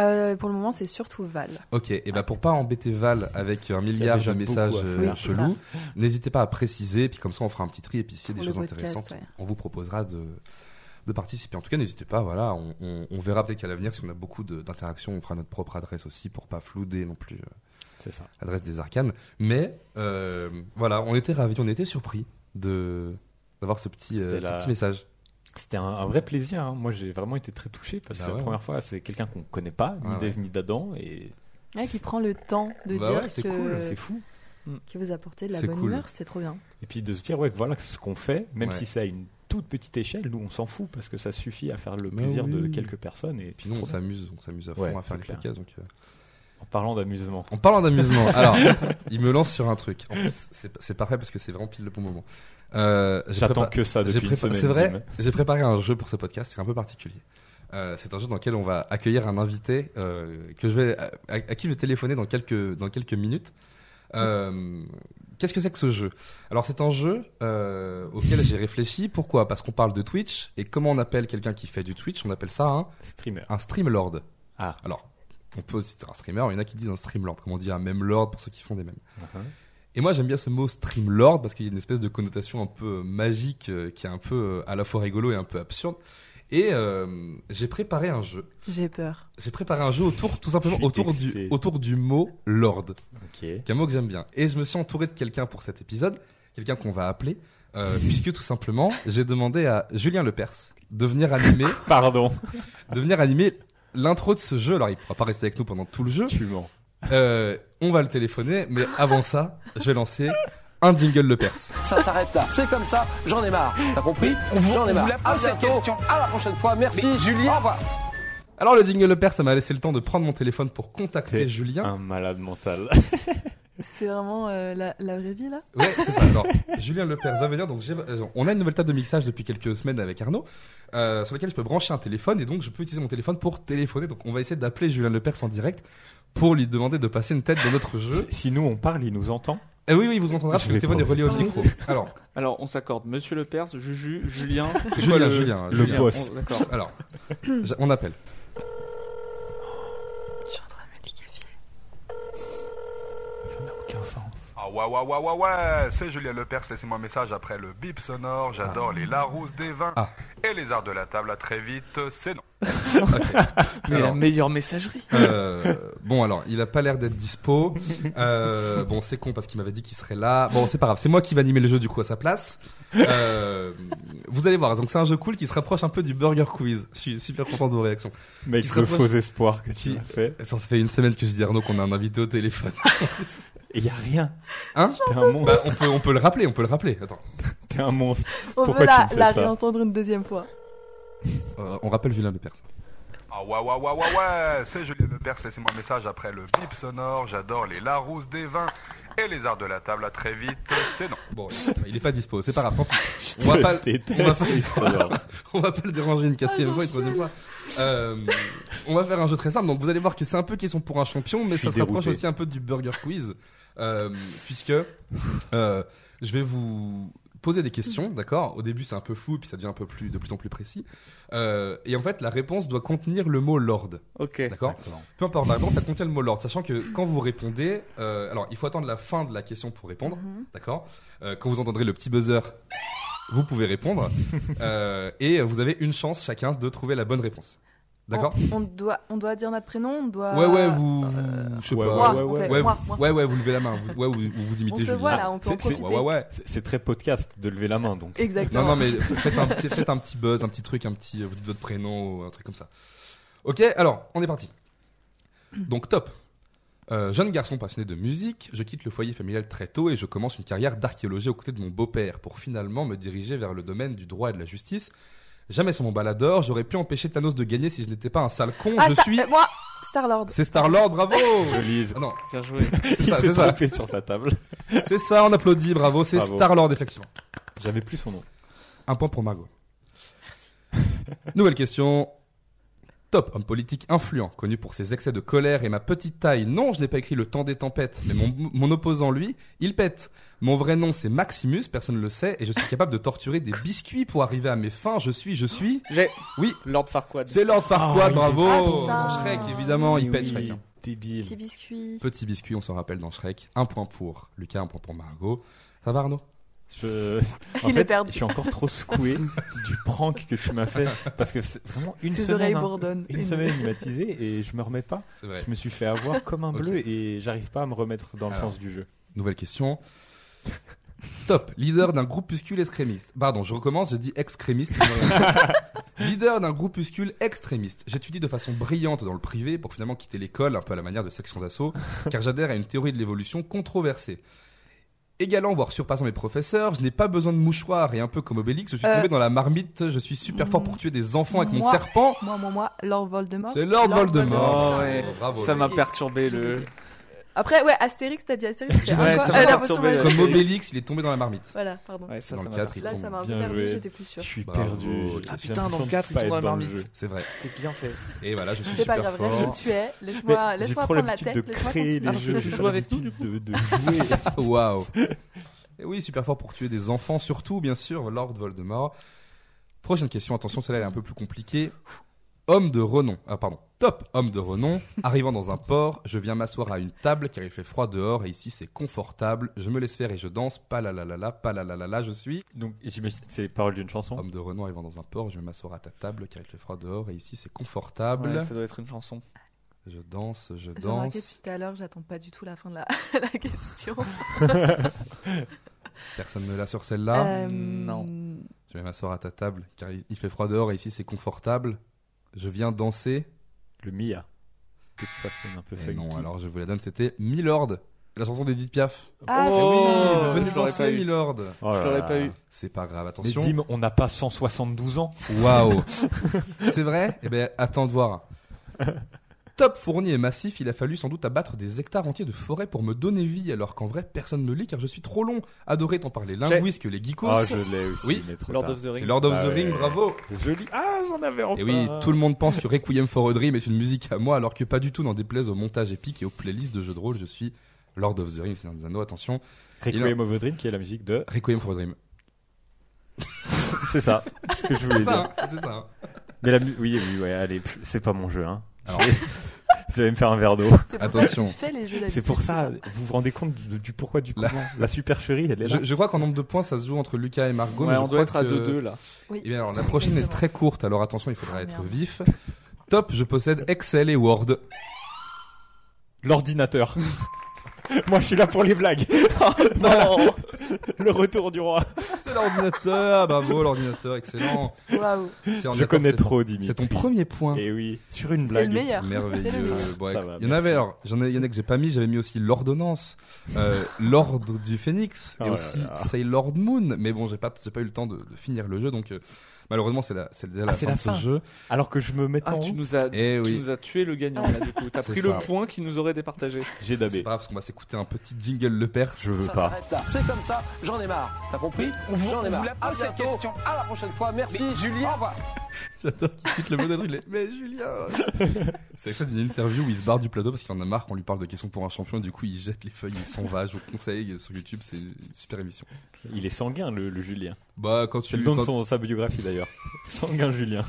S9: Euh, pour le moment, c'est surtout Val.
S2: Ok, et bah pour pas embêter Val avec un milliard
S7: déjà
S2: de messages
S7: beaucoup à
S2: euh,
S9: faire. Oui, c'est
S2: chelous,
S9: ça.
S2: n'hésitez pas à préciser, puis comme ça on fera un petit tri, et puis s'il y a des
S9: Pour le
S2: choses
S9: podcast,
S2: intéressantes,
S9: ouais.
S2: on vous proposera de, de participer. En tout cas, n'hésitez pas, voilà, on, on- on verra peut-être qu'à l'avenir, si on a beaucoup de- d'interactions, on fera notre propre adresse aussi pour pas flouder non plus euh,
S7: C'est ça.
S2: l'adresse des arcanes. Mais euh, voilà, on était ravis, on était surpris de d'avoir ce petit, euh,
S7: C'était
S2: ce
S7: la-
S2: petit message.
S7: C'était un, un vrai plaisir. hein. Moi, j'ai vraiment été très touché parce que
S2: Bah
S7: c'est
S2: ouais.
S7: la première fois, c'est quelqu'un qu'on connaît pas, ni
S2: Ouais,
S7: d'Ève ni d'Adam, et
S9: Ouais, qui prend le temps de
S7: Bah
S9: dire
S7: ouais, c'est
S9: que,
S7: cool, c'est fou.
S9: que vous apportez de la
S7: C'est
S9: bonne
S7: cool.
S9: humeur, c'est trop bien.
S7: Et puis de se dire, ouais, que voilà ce qu'on fait, même
S2: Ouais.
S7: si c'est à une toute petite échelle, nous on s'en fout parce que ça suffit à faire le
S2: Mais
S7: plaisir de
S2: Bah oui.
S7: quelques personnes. Et puis
S2: Nous,
S7: c'est
S2: on
S7: trop bien.
S2: s'amuse, on s'amuse à fond
S7: Ouais,
S2: à faire
S7: c'est
S2: les
S7: clair.
S2: podcasts. Donc, euh,
S7: En parlant d'amusement.
S2: En parlant
S7: <laughs>
S2: d'amusement, alors, il me lance sur un truc. En plus, c'est c'est parfait parce que c'est vraiment pile le bon moment. Euh, j'ai
S7: J'attends
S2: prépa-
S7: que ça depuis
S2: j'ai
S7: une
S2: prépa-
S7: semaine,
S2: C'est vrai,
S7: Dim.
S2: j'ai préparé un jeu pour ce podcast, c'est un peu particulier. Euh, c'est un jeu dans lequel on va accueillir un invité euh, que je vais, à, à- à qui je vais téléphoner dans quelques, dans quelques minutes. Euh, Qu'est-ce que c'est que ce jeu Alors c'est un jeu euh, auquel j'ai réfléchi. Pourquoi Parce qu'on parle de Twitch et comment on appelle quelqu'un qui fait du Twitch On appelle ça un
S7: streamer.
S2: Un streamlord.
S7: Ah.
S2: Alors on peut citer un streamer. Il y en a qui disent un streamlord. Comment on dit un même lord pour ceux qui font des mêmes.
S7: Uh-huh.
S2: Et moi j'aime bien ce mot streamlord parce qu'il y a une espèce de connotation un peu magique euh, qui est un peu euh, à la fois rigolo et un peu absurde. Et euh, j'ai préparé un jeu.
S9: J'ai peur.
S2: J'ai préparé un jeu autour, tout simplement,
S7: Je suis
S2: autour du,
S7: excité.
S2: autour du mot Lord.
S7: Ok.
S2: Qui est un mot que j'aime bien. Et je me suis entouré de quelqu'un pour cet épisode, quelqu'un qu'on va appeler, euh, puisque tout simplement, j'ai demandé à Julien Lepers de venir animer.
S7: Pardon. <laughs>
S2: De venir animer l'intro de ce jeu. Alors, il pourra pas rester avec nous pendant tout le jeu.
S7: Tu mens.
S2: Euh, on va le téléphoner, mais avant ça, je vais lancer un jingle Lepers.
S6: Ça s'arrête là. C'est comme ça, j'en ai marre. T'as compris J'en
S2: on vous
S6: ai marre.
S2: la
S6: à
S2: pose la
S6: cette question. À la prochaine fois. Merci. Julien. Au revoir.
S2: Alors, le jingle Lepers, ça m'a laissé le temps de prendre mon téléphone pour contacter Julien.
S7: Un malade mental.
S2: Hein
S9: C'est vraiment euh, la, la vraie vie là
S2: Ouais, c'est ça. Alors, Julien Lepers va venir. Donc, j'ai- euh, on a une nouvelle table de mixage depuis quelques semaines avec Arnaud, euh, sur laquelle je peux brancher un téléphone et donc je peux utiliser mon téléphone pour téléphoner. Donc, on va essayer d'appeler Julien Lepers en direct pour lui demander de passer une tête dans notre jeu.
S7: Si nous on parle, il nous entend.
S2: Eh oui, oui, il vous entendra parce
S7: Je
S2: que le
S7: vais
S2: téléphone est
S7: pas-
S2: relié au micro. Alors,
S8: Alors, on s'accorde. Monsieur Le Lepers, Juju, Julien. c'est
S2: Julien,
S8: quoi le...
S2: Julien,
S8: Julien,
S2: Julien.
S8: on- D'accord.
S2: Alors, j'a- on appelle.
S7: Aucun sens.
S10: Ah ouais, ouais, ouais, ouais, ouais, c'est Julien Lepers, laissez-moi un message après le bip sonore, j'adore les Larousse des vins et les arts de la table, à très vite, c'est non.
S8: Mais la meilleure messagerie.
S2: Euh, bon, alors, il a pas l'air d'être dispo. Euh, bon, c'est con parce qu'il m'avait dit qu'il serait là. Bon, c'est pas grave, c'est moi qui vais animer le jeu du coup à sa place. Euh, vous allez voir, donc c'est un jeu cool qui se rapproche un peu du Burger Quiz. Je suis super content de vos réactions.
S7: Mec,
S2: Qui se
S7: le
S2: rapproche-
S7: faux espoir que tu
S2: Qui-
S7: m'as fait.
S2: Ça, ça fait une semaine que je dis à Arnaud qu'on a un invité au téléphone.
S7: Et y a rien.
S2: Hein
S7: T'es un monstre.
S2: Bah, on, peut, on peut le rappeler, on peut le rappeler. Attends.
S7: T'es un monstre.
S9: On veut la, la réentendre une deuxième fois.
S2: Euh, on rappelle Julien Lepers.
S10: Ah ouais, ouais, ouais, ouais, ouais, c'est Julien Lepers, laissez-moi un message après le bip sonore, j'adore les Larousse des vins et les arts de la table, à très vite, c'est non.
S2: Bon, il est pas dispo, c'est pas grave, tant pis.
S10: Je te déteste,
S2: on, va pas,
S10: Christopher.
S2: <laughs> on va pas le déranger une quatrième
S10: Ah,
S2: fois, une troisième fois. Euh, on va faire un jeu très simple, donc vous allez voir que c'est un peu question pour un champion, mais
S7: suis
S2: ça se rapproche
S7: dérouté.
S2: aussi un peu du Burger Quiz, euh, puisque euh, je vais vous poser des questions, d'accord Au début c'est un peu flou, puis ça devient un peu plus, de plus en plus précis. Euh, et en fait, la réponse doit contenir le mot Lord.
S8: Ok.
S2: D'accord Peu importe la réponse, ça contient le mot Lord, sachant que quand vous répondez, euh, alors il faut attendre la fin de la question pour répondre,
S9: Mhm.
S2: d'accord Euh, Quand vous entendrez le petit buzzer, vous pouvez répondre, Euh, et vous avez une chance chacun de trouver la bonne réponse. D'accord
S9: on, on doit, on doit dire notre prénom, on doit.
S2: Ouais, ouais, vous.
S9: Euh,
S2: vous- je sais
S7: ouais,
S2: pas.
S7: ouais, ouais,
S2: ouais,
S7: ouais.
S2: vous-
S9: Moi, moi.
S2: ouais, ouais, vous levez la main. Vous, ouais, vous, vous imitez
S9: On se
S2: Julien.
S9: voit, là, on peut en
S7: C'est- c'est-
S9: profiter.
S7: ouais, ouais, ouais. C'est- C'est très podcast de lever la main donc.
S9: Exactement.
S2: Non, non, mais faites un, petit- faites un petit buzz, un petit truc, un petit. Vous dites votre prénom, ou un truc comme ça. Ok, alors, on est parti. Donc, top. Euh, jeune garçon passionné de musique, je quitte le foyer familial très tôt et je commence une carrière d'archéologie aux côtés de mon beau-père pour finalement me diriger vers le domaine du droit et de la justice. Jamais sur mon baladeur, j'aurais pu empêcher Thanos de gagner si je n'étais pas un sale con.
S9: Ah,
S2: je
S9: ça,
S2: suis.
S9: euh, Moi, Star-Lord.
S2: C'est Star-Lord,
S9: <laughs>
S2: bravo
S7: Joli.
S2: Ah Non.
S8: Bien joué.
S2: C'est
S7: Il
S2: ça,
S7: s'est
S2: c'est ça.
S7: trompé sur sa table.
S2: C'est ça, on applaudit, bravo, c'est
S7: Bravo.
S2: Star-Lord, effectivement.
S7: J'avais plus son nom.
S2: Un point pour Margot. <laughs> Nouvelle question. Top, homme politique influent, connu pour ses excès de colère et ma petite taille. Non, je n'ai pas écrit le temps des tempêtes, mais mon, <laughs> mon opposant, lui, il pète. Mon vrai nom, c'est Maximus, personne ne le sait, et je suis capable de torturer des biscuits pour arriver à mes fins. Je suis, je suis.
S8: J'ai.
S2: Oui.
S8: Lord Farquaad.
S2: C'est Lord Farquaad,
S7: Oh,
S2: bravo.
S9: il est- Ah, putain.
S2: dans Shrek, évidemment, il
S7: Oui,
S2: pète
S7: oui,
S2: Shrek. hein.
S7: Débile.
S9: Petit biscuit.
S2: Petit biscuit, on s'en rappelle dans Shrek. Un point pour Lucas, un point pour Margot. Ça va, Arnaud
S7: Je... En
S9: Il est
S7: fait,
S9: perdu.
S7: je suis encore trop secoué du prank que tu m'as fait parce que c'est vraiment une
S9: Ses
S7: semaine,
S9: oreilles
S7: hein,
S9: bourdonnent.
S7: une semaine il m'a teasé et je me remets pas.
S2: C'est vrai.
S7: Je me suis fait avoir comme un
S2: Ok.
S7: bleu et j'arrive pas à me remettre dans le
S2: Alors.
S7: sens du jeu.
S2: Nouvelle question. Top, leader d'un groupuscule extrémiste. Pardon, je recommence, j'ai dit extrémiste. <laughs> leader d'un groupuscule extrémiste. J'étudie de façon brillante dans le privé pour finalement quitter l'école, un peu à la manière de section d'assaut, car j'adhère à une théorie de l'évolution controversée. Égalant, voire surpassant mes professeurs, je n'ai pas besoin de mouchoir et un peu comme Obélix, je suis
S9: Euh.
S2: tombé dans la marmite, je suis super fort pour tuer des enfants avec mon
S9: Moi.
S2: serpent.
S9: Moi, moi, moi, Lord Voldemort.
S2: C'est Lord Voldemort.
S8: Oh
S10: Ah,
S8: ouais.
S2: Bravo.
S8: Ça m'a perturbé le.
S9: Après, ouais, Astérix, t'as dit Astérix. je fais,
S8: Ouais,
S9: ah,
S8: ça
S9: quoi
S8: m'a
S9: Ah, la
S8: perturbé,
S9: potion
S8: là.
S9: magique.
S2: Comme Obélix, il est tombé dans la marmite.
S9: Voilà, pardon.
S8: Ouais, ça,
S2: dans
S8: ça
S2: le
S8: m'a
S2: 4, il
S9: Là,
S8: perturbé.
S9: ça m'a un peu
S7: Bien
S9: perdu,
S7: joué.
S9: j'étais plus sûre.
S7: Je suis
S2: Bravo.
S7: perdu. j'ai-
S8: Ah
S7: j'ai
S8: putain, dans
S7: l'impression
S8: le
S7: de
S8: 4, ils
S7: pas
S8: sont
S7: être
S8: dans la
S7: le
S8: marmite.
S7: jeu.
S2: C'est vrai.
S8: C'était bien fait.
S2: Et voilà, je suis
S9: C'est pas
S2: super
S9: grave, là, je
S2: fort.
S9: le tuais.
S7: Mais
S9: Laisse-moi
S7: J'ai
S9: laisse
S7: trop
S9: prendre la
S7: l'habitude
S9: tête.
S7: de
S9: laisse-moi
S7: créer
S9: continuer.
S7: les jeux.
S8: tu
S7: j'ai
S8: joues
S7: pas
S8: avec nous,
S7: l'habitude de, de jouer.
S2: Waouh. Et oui, super fort pour tuer des enfants, surtout, bien sûr, Lord Voldemort. Prochaine question, attention, celle-là elle est un peu plus compliquée. Homme de renom, ah pardon, top homme de renom, arrivant dans un port, je viens m'asseoir à une table car il fait froid dehors et ici c'est confortable, je me laisse faire et je danse, pas la la la la, pas la la la la, je suis.
S7: <laughs> Donc j'imagine c'est les paroles d'une chanson.
S2: Homme de renom arrivant dans un port, je vais m'asseoir à ta table car il fait froid dehors et ici c'est confortable,
S8: Ouais, ça doit être une chanson.
S2: je danse, je
S9: J'ai remarqué
S2: danse,
S9: depuis tout à l'heure, j'attends pas du tout la fin de la, <laughs> la question.
S2: personne ne l'a sur
S7: Ah,
S2: celle-là.
S9: Euh,
S8: non.
S2: Je vais m'asseoir à ta table, car il il fait froid dehors et ici c'est confortable. Je viens danser.
S7: Le Mia. Que ça sonne un peu
S8: Eh
S2: Et
S7: funky.
S2: Eh non, alors je vous la donne, c'était Milord. La chanson d'Edith Piaf.
S9: Ah,
S8: Oh,
S9: putain.
S2: Venez
S8: je l'aurais pas
S2: danser,
S8: eu.
S2: Milord.
S7: Oh là
S8: je l'aurais
S7: là.
S8: pas eu.
S2: C'est pas grave,
S7: Mais
S2: attention.
S7: Dim, on n'a pas 172 ans.
S2: Waouh. c'est vrai Eh ben, attends de voir. Top fourni et massif, il a fallu sans doute abattre des hectares entiers de forêt pour me donner vie, alors qu'en vrai, personne ne lit car je suis trop long. Adoré tant par les linguistes que les geekos.
S7: Ah, je l'ai aussi.
S2: Oui.
S7: mais trop
S8: Lord
S7: tard.
S8: of the Rings.
S2: c'est Lord of
S7: Ah
S2: the
S7: ouais.
S2: Ring, bravo
S7: Joli. Ah, j'en avais enfin.
S2: Et oui, tout le monde pense que Requiem for a Dream est une musique à moi, alors que pas du tout, n'en déplaise au montage épique et aux playlists de jeux de rôle, je suis Lord of the Rings, Seigneur des Anneaux, attention.
S7: Requiem of a Dream qui est la musique de. <laughs>
S2: Requiem for a Dream.
S7: C'est ça. ce que je voulais
S2: C'est
S7: dire.
S2: ça, hein, c'est ça. hein.
S7: Mais la mu- oui, oui, ouais, allez, pff, c'est pas mon jeu, hein.
S2: Alors.
S7: Je vais me faire un verre <laughs> d'eau.
S9: C'est pour ça que
S2: Attention.
S9: tu fais les jeux
S7: C'est
S9: d'habitude.
S7: pour ça, vous vous rendez compte du, du pourquoi, du
S2: La-
S7: comment La, supercherie, elle est là.
S2: Je, je crois qu'en nombre de points, ça se joue entre Lucas et Margot. mais
S8: Ouais,
S2: je
S8: on doit
S2: crois
S8: être à
S2: que-
S8: 2-2 là.
S9: Oui.
S2: Eh bien, alors, la prochaine est très courte, alors attention, il faudra
S9: Ah,
S2: être
S9: merde.
S2: vif. Top, je possède Excel et Word.
S7: L'ordinateur. Moi, je suis là pour les blagues. <laughs> Voilà. Le retour du roi.
S2: C'est l'ordinateur, bravo l'ordinateur, excellent.
S9: Waouh.
S2: C'est en
S7: Je
S2: accord,
S7: connais
S2: c'est-
S7: trop, Dimitri.
S2: C'est ton premier hein. point.
S7: Et oui, sur une
S9: C'est
S7: blague.
S9: le meilleur. C'est le
S2: Merveilleux.
S9: meilleur.
S2: Bon,
S7: Ça
S2: écoute,
S7: va,
S2: il y en avait
S7: merci.
S2: alors, j'en ai, il y en a que j'ai pas mis, j'avais mis aussi l'ordonnance, euh, l'ordre du phénix,
S7: Oh
S2: et
S7: là
S2: aussi
S7: là.
S2: Sailor Moon, mais bon, j'ai pas, j'ai pas eu le temps de, de finir le jeu, donc euh, malheureusement c'est la, c'est déjà la,
S7: Ah,
S2: fin
S7: c'est
S2: de
S7: la
S2: ce
S7: fin.
S2: jeu.
S7: Alors que je me mets
S8: Ah,
S7: en
S8: tu
S7: route.
S8: nous as,
S2: Eh
S8: tu
S2: oui.
S8: nous as tué le gagnant là du coup. T'as
S2: C'est
S8: pris
S2: ça.
S8: le point qui nous aurait départagé.
S7: J'ai
S2: C'est
S7: dabé.
S2: pas grave, parce qu'on va s'écouter un petit jingle le perse. <laughs>
S7: Je veux
S6: Ça
S7: pas.
S6: s'arrête là. C'est comme ça, j'en ai marre. T'as compris J'en ai marre. À bientôt. À la prochaine fois. Merci, Julien. Au revoir.
S2: J'adore qu'il quitte le mode de il est, mais
S7: <laughs>
S2: Julien C'est extrait d'une interview où il se barre du plateau parce qu'il en a marre qu'on lui parle de questions pour un champion, et du coup il jette les feuilles, il s'en va, je vous conseille, sur YouTube c'est une super émission.
S7: Il est sanguin, le, le Julien.
S2: Bah, quand
S7: C'est
S2: tu,
S7: le nom de
S2: quand-
S7: son- sa biographie d'ailleurs. Sanguin Julien.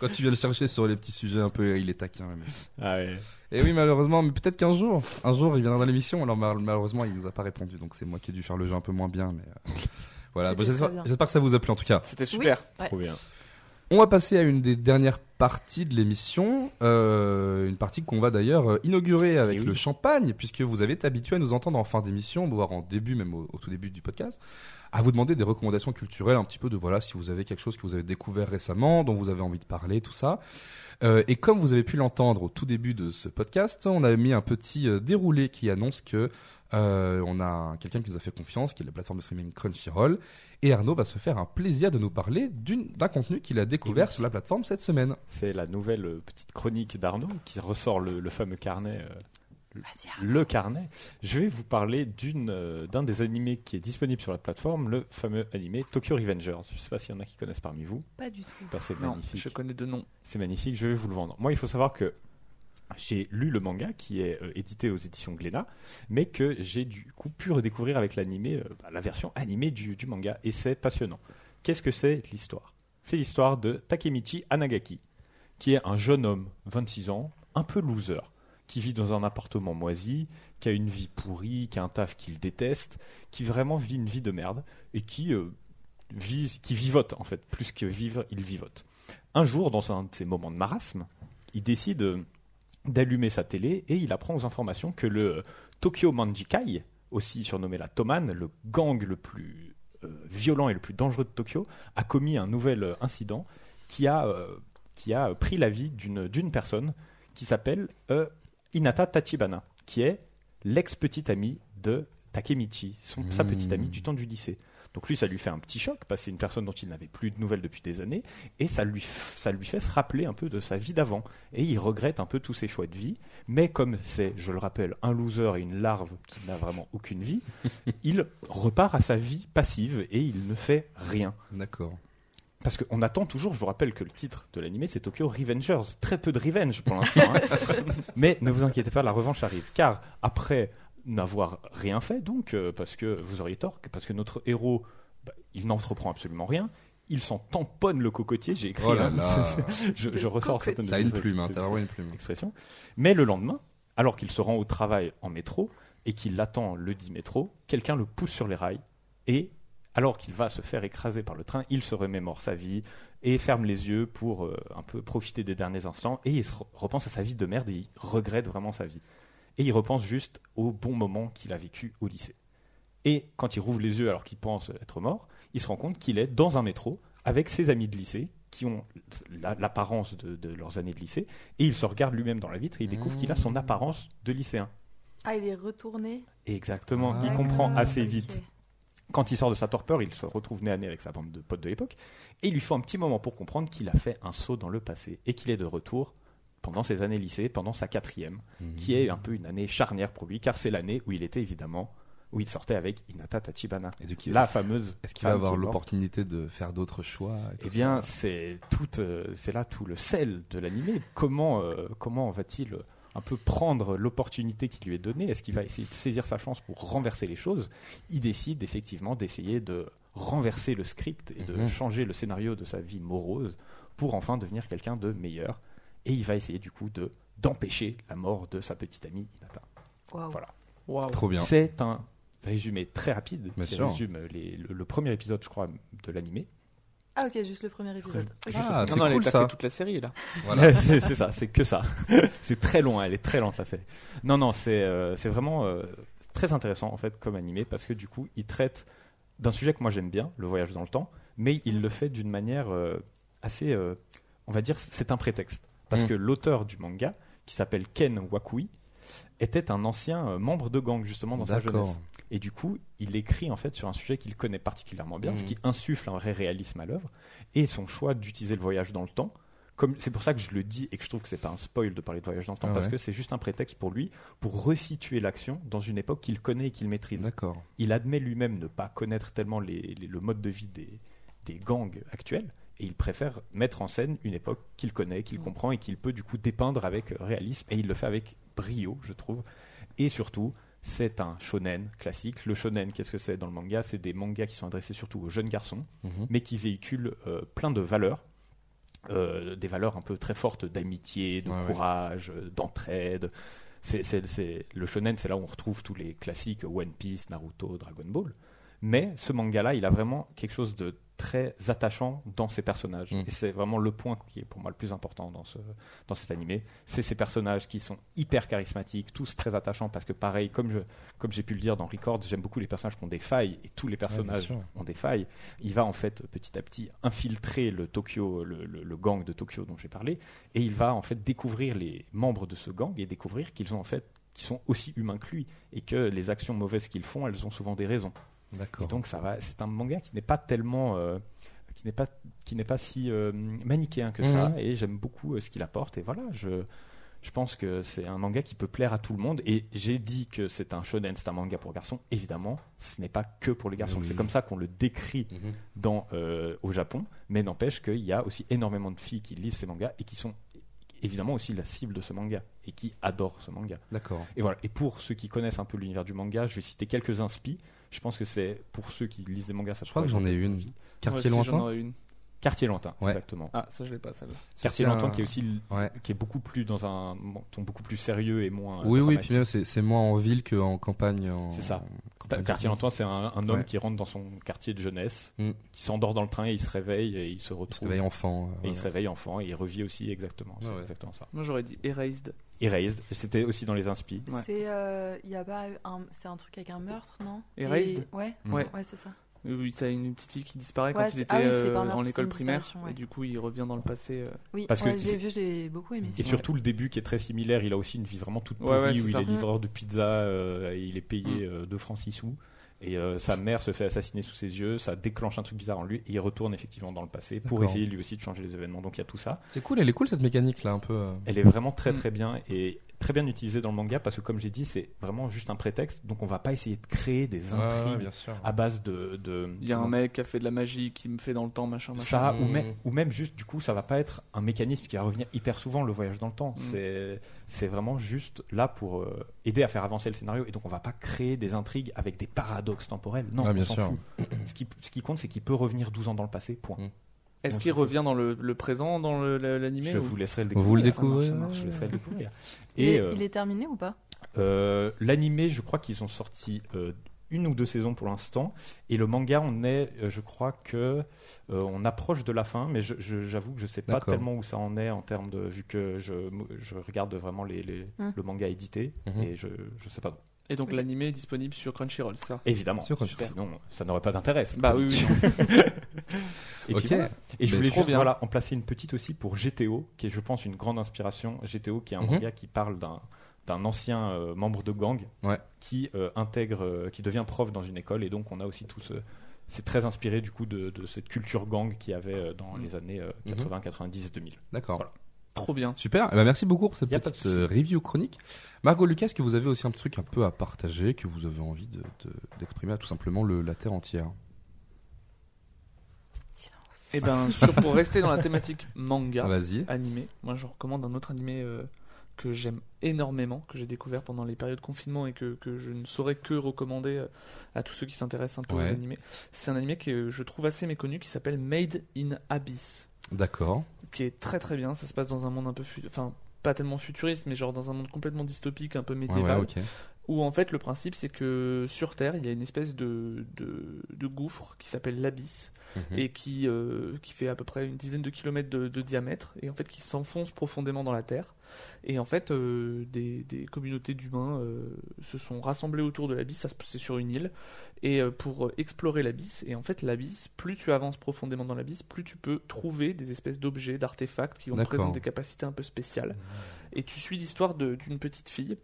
S2: quand tu viens le chercher sur les petits sujets un peu, il est taquin, mais-
S7: Ah ouais.
S2: Et oui, malheureusement, mais peut-être qu'un jour, un jour, il viendra dans l'émission. Alors mal- malheureusement, il nous a pas répondu, donc c'est moi qui ai dû faire le jeu un peu moins bien. Mais euh, voilà,
S9: C'était
S2: Bon, j'espère
S9: très bien.
S2: j'espère que ça vous a plu en tout cas.
S8: C'était super.
S7: Trop bien.
S2: On va passer à une des dernières parties de l'émission, euh, une partie qu'on va d'ailleurs euh, inaugurer avec
S7: Eh oui.
S2: le champagne, puisque vous avez été habitué à nous entendre en fin d'émission, voire en début, même au, au tout début du podcast, à vous demander des recommandations culturelles, un petit peu de voilà si vous avez quelque chose que vous avez découvert récemment, dont vous avez envie de parler, tout ça. Euh, et comme vous avez pu l'entendre au tout début de ce podcast, on a mis un petit euh, déroulé qui annonce que euh, on a un- quelqu'un qui nous a fait confiance, qui est la plateforme de streaming Crunchyroll, et Arnaud va se faire un plaisir de nous parler d'une- d'un contenu qu'il a découvert sur la plateforme cette semaine.
S7: C'est la nouvelle euh, petite chronique d'Arnaud qui ressort le, le fameux carnet. euh, le- le carnet. Je vais vous parler d'une euh, d'un des animés qui est disponible sur la plateforme, le fameux animé Tokyo Revengers. Je ne sais pas s'il y en a qui connaissent parmi vous.
S9: Pas du tout.
S7: Bah, c'est
S8: Non,
S7: magnifique.
S8: je connais deux noms.
S7: C'est magnifique, je vais vous le vendre. Moi, il faut savoir que j'ai lu le manga qui est euh, édité aux éditions Glénat, mais que j'ai du coup pu redécouvrir avec l'animé, euh, bah, la version animée du, du manga, et c'est passionnant. Qu'est-ce que c'est l'histoire C'est l'histoire de Takemichi Anagaki, qui est un jeune homme, 26 ans, un peu loser, qui vit dans un appartement moisi, qui a une vie pourrie, qui a un taf qu'il déteste, qui vraiment vit une vie de merde, et qui euh, vit- qui vivote en fait, plus que vivre, il vivote. Un jour, dans un de ces moments de marasme, il décide euh, d'allumer sa télé et il apprend aux informations que le euh, Tokyo Manjikai, aussi surnommé la Toman, le gang le plus euh, violent et le plus dangereux de Tokyo, a commis un nouvel euh, incident qui a, euh, qui a euh, pris la vie d'une d'une personne qui s'appelle euh, Inata Tachibana, qui est l'ex-petite amie de Takemichi, son- sa petite amie du temps du lycée. Donc lui, ça lui fait un petit choc, parce que c'est une personne dont il n'avait plus de nouvelles depuis des années, et ça lui, f- ça lui fait se rappeler un peu de sa vie d'avant. Et il regrette un peu tous ses choix de vie, mais comme c'est, je le rappelle, un loser et une larve qui n'a vraiment
S2: <laughs>
S7: aucune vie, il repart à sa vie passive et il ne fait rien.
S2: D'accord.
S7: Parce qu'on attend toujours, je vous rappelle que le titre de l'animé c'est Tokyo Revengers. Très peu de revenge pour l'instant.
S2: <laughs>
S7: hein. Mais ne vous inquiétez pas, la revanche arrive. Car après n'avoir rien fait, donc, euh, parce que vous auriez tort, que- parce que notre héros, bah, il n'entreprend absolument rien. Il s'en tamponne le cocotier, j'ai écrit.
S2: Oh là
S7: hein.
S2: là.
S7: je, je
S2: Le
S7: ressors
S2: cocotier.
S7: certaines de
S2: Ça a une
S7: ces-
S2: plume, hein,
S7: ces-
S2: t'as vraiment une plume.
S7: expression. Mais le lendemain, alors qu'il se rend au travail en métro et qu'il l'attend le dit métro, quelqu'un le pousse sur les rails et alors qu'il va se faire écraser par le train, il se remémore sa vie et ferme les yeux pour euh, un peu profiter des derniers instants et il se re- repense à sa vie de merde et il regrette vraiment sa vie. Et il repense juste au bon moment qu'il a vécu au lycée. Et quand il rouvre les yeux alors qu'il pense être mort, il se rend compte qu'il est dans un métro avec ses amis de lycée qui ont la- l'apparence de, de leurs années de lycée et il se regarde lui-même dans la vitre et il découvre qu'il a
S9: Mmh.
S7: son apparence de lycéen.
S9: Ah, il est retourné.
S7: Exactement,
S9: Ah.
S7: il comprend
S9: D'accord,
S7: assez
S9: ok.
S7: vite. Quand il sort de sa torpeur, il se retrouve nez à nez avec sa bande de potes de l'époque et il lui faut un petit moment pour comprendre qu'il a fait un saut dans le passé et qu'il est de retour pendant ses années lycée, pendant sa quatrième,
S2: Mhm.
S7: qui est un
S9: Mmh.
S7: peu une année charnière pour lui car c'est l'année où il était évidemment où il sortait avec Inata Tachibana, la fameuse.
S2: Est-ce qu'il va
S7: femme qui
S2: avoir
S7: est morte.
S2: l'opportunité de faire d'autres choix et tout
S7: Eh bien,
S2: ça
S7: c'est tout, euh, c'est là tout le sel de l'animé. Comment, euh, comment va-t-il euh, un peu prendre l'opportunité qui lui est donnée Est-ce qu'il va essayer de saisir sa chance pour renverser les choses Il décide effectivement d'essayer de renverser le script et de
S2: Mhm.
S7: changer le scénario de sa vie morose pour enfin devenir quelqu'un de meilleur. Et il va essayer du coup de d'empêcher la mort de sa petite amie Inata. Voilà.
S2: Trop bien.
S7: C'est un résumé très rapide
S2: Bien
S7: qui
S2: sûr.
S7: résume les- le, le premier épisode, je crois, de l'animé.
S9: Ah, ok, juste le premier épisode.
S7: Juste-
S9: Ok.
S2: Ah,
S8: Non, non, elle cool, a pas ça. fait toute la série, là.
S7: Voilà. <laughs> c'est c'est ça, c'est que ça. <laughs> c'est très long, elle est très lente la série. Non, non, c'est euh, c'est vraiment euh, très intéressant en fait comme animé parce que du coup, il traite d'un sujet que moi j'aime bien, le voyage dans le temps, mais il le fait d'une manière euh, assez, euh, on va dire, c'est un prétexte parce
S2: Mm.
S7: que l'auteur du manga qui s'appelle Ken Wakui était un ancien euh, membre de gang justement dans sa
S2: D'accord.
S7: jeunesse. Et du coup, il écrit en fait sur un sujet qu'il connaît particulièrement bien, ce
S2: Mhm.
S7: qui insuffle un vrai réalisme à l'œuvre, et son choix d'utiliser le voyage dans le temps. Comme c'est pour ça que je le dis et que je trouve que c'est pas un spoil de parler de voyage dans le temps
S2: Ah
S7: parce
S2: ouais.
S7: que c'est juste un prétexte pour lui pour resituer l'action dans une époque qu'il connaît et qu'il maîtrise.
S2: D'accord.
S7: Il admet lui-même ne pas connaître tellement les- les- le mode de vie des, des gangs actuels et il préfère mettre en scène une époque qu'il connaît, qu'il comprend et qu'il peut du coup dépeindre avec euh, réalisme et il le fait avec brio, je trouve. Et surtout, c'est un shonen classique. Le shonen, qu'est-ce que c'est dans le manga C'est des mangas qui sont adressés surtout aux jeunes garçons,
S2: Mhm.
S7: mais qui véhiculent euh, plein de valeurs. euh, des valeurs un peu très fortes d'amitié, de
S2: Ouais, ouais.
S7: courage, euh, d'entraide. C'est, c'est- c'est- le shonen, c'est là où on retrouve tous les classiques One Piece, Naruto, Dragon Ball. Mais ce manga-là, il a vraiment quelque chose de très attachant dans ses personnages.
S2: Mm.
S7: Et c'est vraiment le point qui est pour moi le plus important dans, ce, dans cet animé. C'est ces personnages qui sont hyper charismatiques, tous très attachants, parce que pareil, comme, je, comme j'ai pu le dire dans Record, j'aime beaucoup les personnages qui ont des failles, et tous les personnages
S2: sûr.
S7: ont des failles. Il va en fait petit à petit infiltrer le Tokyo, le, le- le gang de Tokyo dont j'ai parlé, et il va en fait découvrir les membres de ce gang et découvrir qu'ils ont en fait qu'ils sont aussi humains que lui et que les actions mauvaises qu'ils font, elles ont souvent des raisons.
S2: D'accord.
S7: Et donc ça va, c'est un manga qui n'est pas tellement euh, qui qui n'est pas qui n'est pas si euh, manichéen que ça
S2: Mhm.
S7: et j'aime beaucoup euh, ce qu'il apporte et voilà je je pense que c'est un manga qui peut plaire à tout le monde et j'ai dit que c'est un shonen c'est un manga pour garçons évidemment ce n'est pas que pour les garçons
S2: Oui.
S7: c'est comme ça qu'on le décrit
S2: Mhm.
S7: dans euh, au Japon mais n'empêche qu'il y a aussi énormément de filles qui lisent ces mangas et qui sont évidemment aussi la cible de ce manga et qui adorent ce manga
S2: D'accord.
S7: et voilà. Et pour ceux qui connaissent un peu l'univers du manga, je vais citer quelques inspi. Je pense que c'est pour ceux qui lisent des mangas, ça. Je
S2: crois que j'en ai une. Quartier Moi aussi, j'en lointain aurais
S8: une.
S7: Quartier lointain,
S2: Ouais.
S7: exactement.
S8: Ah, ça, je l'ai pas, celle-là.
S2: C'est
S7: Quartier
S2: aussi
S7: lointain,
S2: un-
S7: qui est aussi, l-
S2: Ouais.
S7: qui est beaucoup plus dans un ton beaucoup plus sérieux et moins. euh,
S2: Oui, oui,
S7: dramatique.
S2: puis même, c'est c'est moins en ville qu'en campagne. en-
S7: C'est ça.
S2: en
S7: Ta-
S2: campagne
S7: Quartier
S2: japonaise.
S7: lointain, c'est un, un homme
S2: Ouais.
S7: qui rentre dans son quartier de jeunesse,
S2: Mm.
S7: qui s'endort dans le train et il se réveille et il se retrouve.
S2: réveille enfant,
S7: Et
S2: ouais.
S7: il se réveille enfant et il revit aussi exactement. c'est exactement ça.
S8: Moi, j'aurais dit Erased.
S7: Erased, c'était aussi dans les inspi.
S9: C'est euh, y a pas un, c'est un truc avec un meurtre, non
S8: Erased
S9: Et- Ouais,
S8: Ouais.
S9: ouais c'est ça.
S8: Euh, Oui, ça une petite fille qui disparaît
S9: Ouais,
S8: quand il
S9: c'est-
S8: était
S9: ah oui, c'est
S8: euh,
S9: pas un meurtre,
S8: en
S9: c'est
S8: école
S9: une
S8: primaire.
S9: disparition, ouais.
S8: Et du coup, il revient dans le passé. euh.
S9: Oui,
S7: Parce que
S9: ouais, j'ai
S7: c'est-
S9: vu, j'ai beaucoup aimé.
S7: Et surtout le début qui est très similaire, il a aussi une vie vraiment toute
S8: Ouais,
S7: pourrie
S8: ouais, Mm. c'est
S7: où il
S8: ça.
S7: est livreur de pizza euh, et il est payé euh, 2 francs 6 sous. Et euh, sa mère se fait assassiner sous ses yeux, ça déclenche un truc bizarre en lui et il retourne effectivement dans le passé pour
S2: D'accord.
S7: essayer lui aussi de changer les événements. Donc il y a tout ça.
S2: C'est cool, elle est cool cette mécanique là, un peu. euh.
S7: Elle est vraiment
S8: Mm.
S7: très très bien et très bien utilisée dans le manga parce que comme j'ai dit, c'est vraiment juste un prétexte. Donc on va pas essayer de créer des
S8: Ouais, ouais,
S7: intrigues
S8: bien sûr.
S7: à base de. de-
S8: Il y a un
S7: comment-
S8: mec qui a fait de la magie, qui me fait dans le temps, machin, machin.
S7: ça ou, même, ou même juste du coup ça va pas être un mécanisme qui va revenir hyper souvent le voyage dans le temps
S8: Mm.
S7: c'est c'est vraiment juste là pour euh, aider à faire avancer le scénario et donc on va pas créer des intrigues avec des paradoxes temporels non
S2: Ah, bien
S7: on s'en
S2: sûr.
S7: fout.
S8: <coughs>
S7: ce qui ce qui compte c'est qu'il peut revenir 12 ans dans le passé point
S8: Est-ce
S7: On
S8: qu'il
S7: s'en fout.
S8: revient dans le, le présent, dans le- la- l'animé
S7: je
S8: ou-
S7: vous laisserai le découvrir
S2: Vous le
S7: Ça marche,
S2: découvrez,
S7: ça marche, je
S2: ouais.
S7: laisserai le découvrir
S9: Il,
S7: et
S9: est,
S7: euh,
S9: il est terminé ou pas
S7: euh, l'animé, je crois qu'ils ont sorti euh, une ou deux saisons pour l'instant, et le manga, on est, euh, je crois que euh, on approche de la fin, mais je- je- j'avoue que je sais pas
S2: D'accord.
S7: tellement où ça en est en termes de vu que je, je regarde vraiment les, les-
S8: Mm.
S7: le manga édité,
S2: Mhm.
S7: et je je sais pas. trop.
S8: Et donc l'animé est disponible sur Crunchyroll, c'est ça
S7: Évidemment,
S8: Super.
S7: sinon ça n'aurait pas d'intérêt. cette
S8: Bah oui, oui,
S7: chronique.
S8: non.
S7: et, puis
S8: Ok.
S7: voilà. et je
S2: Ben,
S8: Mais
S7: voulais
S8: trop
S7: juste
S8: bien.
S7: voilà, en placer une petite aussi pour GTO, qui est je pense une grande inspiration. GTO qui est un
S2: Mhm.
S7: manga qui parle d'un d'un ancien euh, membre de gang
S2: Ouais.
S7: qui euh, intègre, euh, qui devient prof dans une école, et donc on a aussi tout ce c'est très inspiré du coup de, de cette culture gang qu'il y avait euh, dans les années euh,
S2: Mhm.
S7: 80, 90, 2000.
S2: D'accord.
S8: Trop bien.
S2: Super. Eh ben, merci beaucoup pour cette
S7: Y a pas de
S2: petite euh, review chronique. Margot Lucas, est-ce que vous avez aussi un truc un peu à partager que vous avez envie de- de- d'exprimer à tout simplement le, la terre entière
S8: Et ben, sur, pour rester dans la thématique manga,
S2: Ah, Vas-y.
S8: animé, moi je recommande un autre animé euh, que j'aime énormément, que j'ai découvert pendant les périodes de confinement et que, que je ne saurais que recommander euh, à tous ceux qui s'intéressent un peu
S2: Ouais.
S8: aux animés. C'est un animé que euh, je trouve assez méconnu qui s'appelle Made in Abyss.
S2: D'accord.
S8: qui est très très bien. Ça se passe dans un monde un peu, fu- enfin pas tellement futuriste, mais genre dans un monde complètement dystopique, un peu médiéval,
S2: ouais, ok.
S8: où en fait le principe c'est que sur Terre il y a une espèce de de, de gouffre qui s'appelle l'abysse
S2: Mhm.
S8: et qui euh, qui fait à peu près une dizaine de kilomètres de, de diamètre et en fait qui s'enfonce profondément dans la Terre. Et en fait euh, des, des communautés d'humains euh, se sont rassemblées autour de l'abysse. Ça se- c'est sur une île et euh, pour euh, explorer l'abysse. Et en fait, l'abysse, plus tu avances profondément dans l'abysse, plus tu peux trouver des espèces d'objets, d'artefacts qui vont
S2: D'accord. Mmh.
S8: présenter des capacités un peu spéciales. Et tu suis l'histoire de- d'une petite fille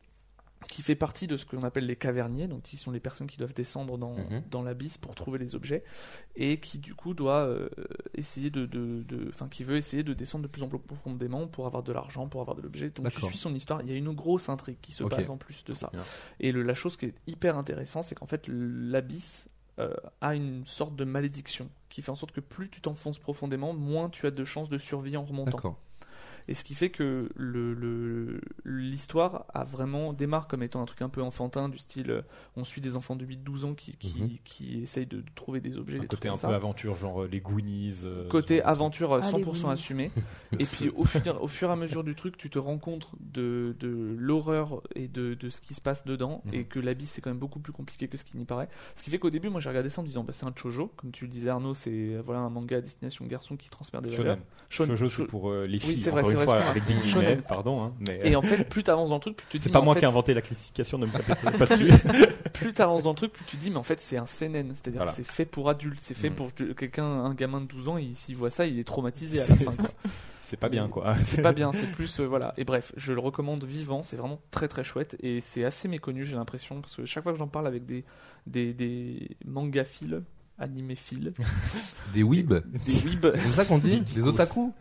S8: qui fait partie de ce qu'on appelle les caverniers, donc qui sont les personnes qui doivent descendre dans,
S2: Mhm.
S8: dans l'abysse pour trouver les objets, et qui du coup doit euh, essayer de, de, de- enfin qui veut essayer de descendre de plus en plus profondément pour avoir de l'argent, pour avoir de l'objet. Donc tu
S2: D'accord.
S8: suis son histoire. Il y a une grosse intrigue qui se
S2: Ok.
S8: passe en plus de ça.
S2: Bien.
S8: Et le- la chose qui est hyper intéressante, c'est qu'en fait, l'abysse euh, a une sorte de malédiction qui fait en sorte que plus tu t'enfonces profondément, moins tu as de chances de survie en remontant.
S2: D'accord.
S8: Et ce qui fait que le- le- l'histoire a vraiment démarre comme étant un truc un peu enfantin, du style euh, on suit des enfants de 8-12 ans qui, qui,
S7: Mhm.
S8: qui essayent de trouver des objets. des
S7: Côté
S8: trucs
S7: un
S8: comme ça
S7: peu aventure, genre euh, les Goonies. euh,
S8: côté
S7: ce genre de
S8: aventure
S7: truc. <laughs>
S8: 100% assumé. Et puis au fur, au fur et à mesure du truc, tu te rends compte de, de l'horreur et de, de ce qui se passe dedans,
S2: Mhm.
S8: et que l'abysse c'est quand même beaucoup plus compliqué que ce qui n'y paraît. Ce qui fait qu'au début, moi j'ai regardé ça en me disant bah, c'est un chojo, comme tu le disais Arnaud, c'est euh, voilà un manga à destination garçon qui transfère des valeurs.
S7: Shonen.
S8: Shon-
S7: Shoujo,
S8: sho-
S7: c'est pour euh, les
S8: Oui,
S7: filles,
S8: c'est vrai,
S7: encore
S8: c'est
S7: une
S8: vrai,
S7: fois,
S8: excuse-moi.
S7: avec des guillemets,
S8: Shonen.
S7: pardon. hein, mais,
S8: Et
S7: euh,
S8: en fait, plus t'avances dans le truc, plus tu te dis.
S7: C'est pas
S8: mais en
S7: moi
S8: fait-
S7: qui ai inventé la classification, ne me
S8: <laughs>
S7: tapez pas dessus.
S8: plus t'avances dans le truc, plus tu te dis, mais en fait, c'est un CNN. C'est-à-dire
S7: Voilà.
S8: que c'est fait pour adultes. C'est fait
S7: Mm.
S8: pour quelqu'un, un gamin de 12 ans, il- s'il voit ça, il est traumatisé
S7: <laughs>
S8: à la fin. quoi.
S7: C'est pas bien, quoi.
S8: C'est pas bien, c'est plus. euh, voilà. Et bref, je le recommande vivant. C'est vraiment très très chouette. Et c'est assez méconnu, j'ai l'impression. Parce que chaque fois que j'en parle avec des, des, des mangaphiles,
S2: <laughs>
S8: animéphiles.
S2: Des weebs
S8: Des weebs.
S2: C'est comme ça qu'on dit <laughs> Des otaku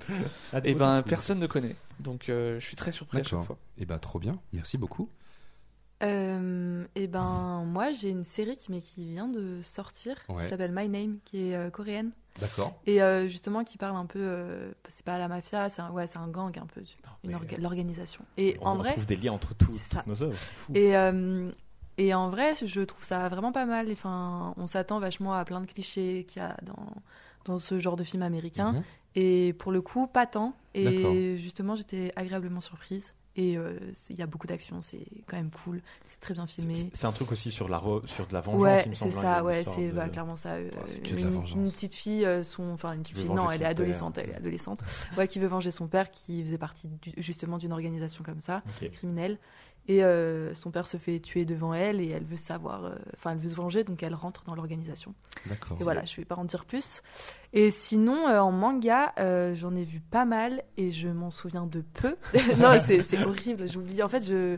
S8: Et
S7: Eh
S8: ben personne ne connaît. Donc euh, je suis très surpris à chaque
S2: D'accord.
S8: fois.
S2: Et bah, trop bien. Merci beaucoup.
S9: Euh, et ben moi j'ai une série qui mais qui vient de sortir
S2: Ouais.
S9: qui s'appelle My Name qui est euh, coréenne
S2: D'accord.
S9: et euh, justement qui parle un peu euh, c'est pas la mafia c'est un, ouais c'est un gang un peu du- une
S7: mais- euh,
S9: orga- l'organisation et
S7: on
S9: en
S7: on
S9: vrai
S7: trouve des liens entre tout-
S9: ça.
S7: toutes nos œuvres. C'est fou.
S9: et euh, et en vrai je trouve ça vraiment pas mal enfin on s'attend vachement à plein de clichés qu'il y a dans dans ce genre de film américain
S2: Mhm.
S9: et pour le coup pas tant
S2: D'accord.
S9: et justement j'étais agréablement surprise et euh, c'est- il y a beaucoup d'action c'est quand même cool c'est très bien filmé
S7: C'est un truc aussi sur, la re- sur de la vengeance,
S9: Ouais,
S7: il me
S9: c'est
S7: semble. hein,
S9: ça,
S7: une
S9: ouais,
S7: histoire
S9: c'est
S7: de-
S9: bah, clairement ça. euh,
S7: c'est que de la
S9: une,
S7: vengeance.
S9: une petite fille, euh, son, enfin une petite
S7: veut
S9: fille,
S7: venger
S9: non,
S7: son
S9: elle est
S7: père.
S9: adolescente, elle est adolescente, ouais, qui veut venger son père, qui faisait partie du- justement d'une organisation comme ça,
S7: Ok.
S9: criminelle. Et euh, son père se fait tuer devant elle et elle veut savoir, euh, enfin elle veut se venger, donc elle rentre dans l'organisation.
S2: D'accord.
S9: Et voilà, je vais pas en dire plus. Et sinon, euh, en manga, euh, j'en ai vu pas mal et je m'en souviens de peu. <laughs> non, c'est c'est horrible, j'oublie. En fait, je.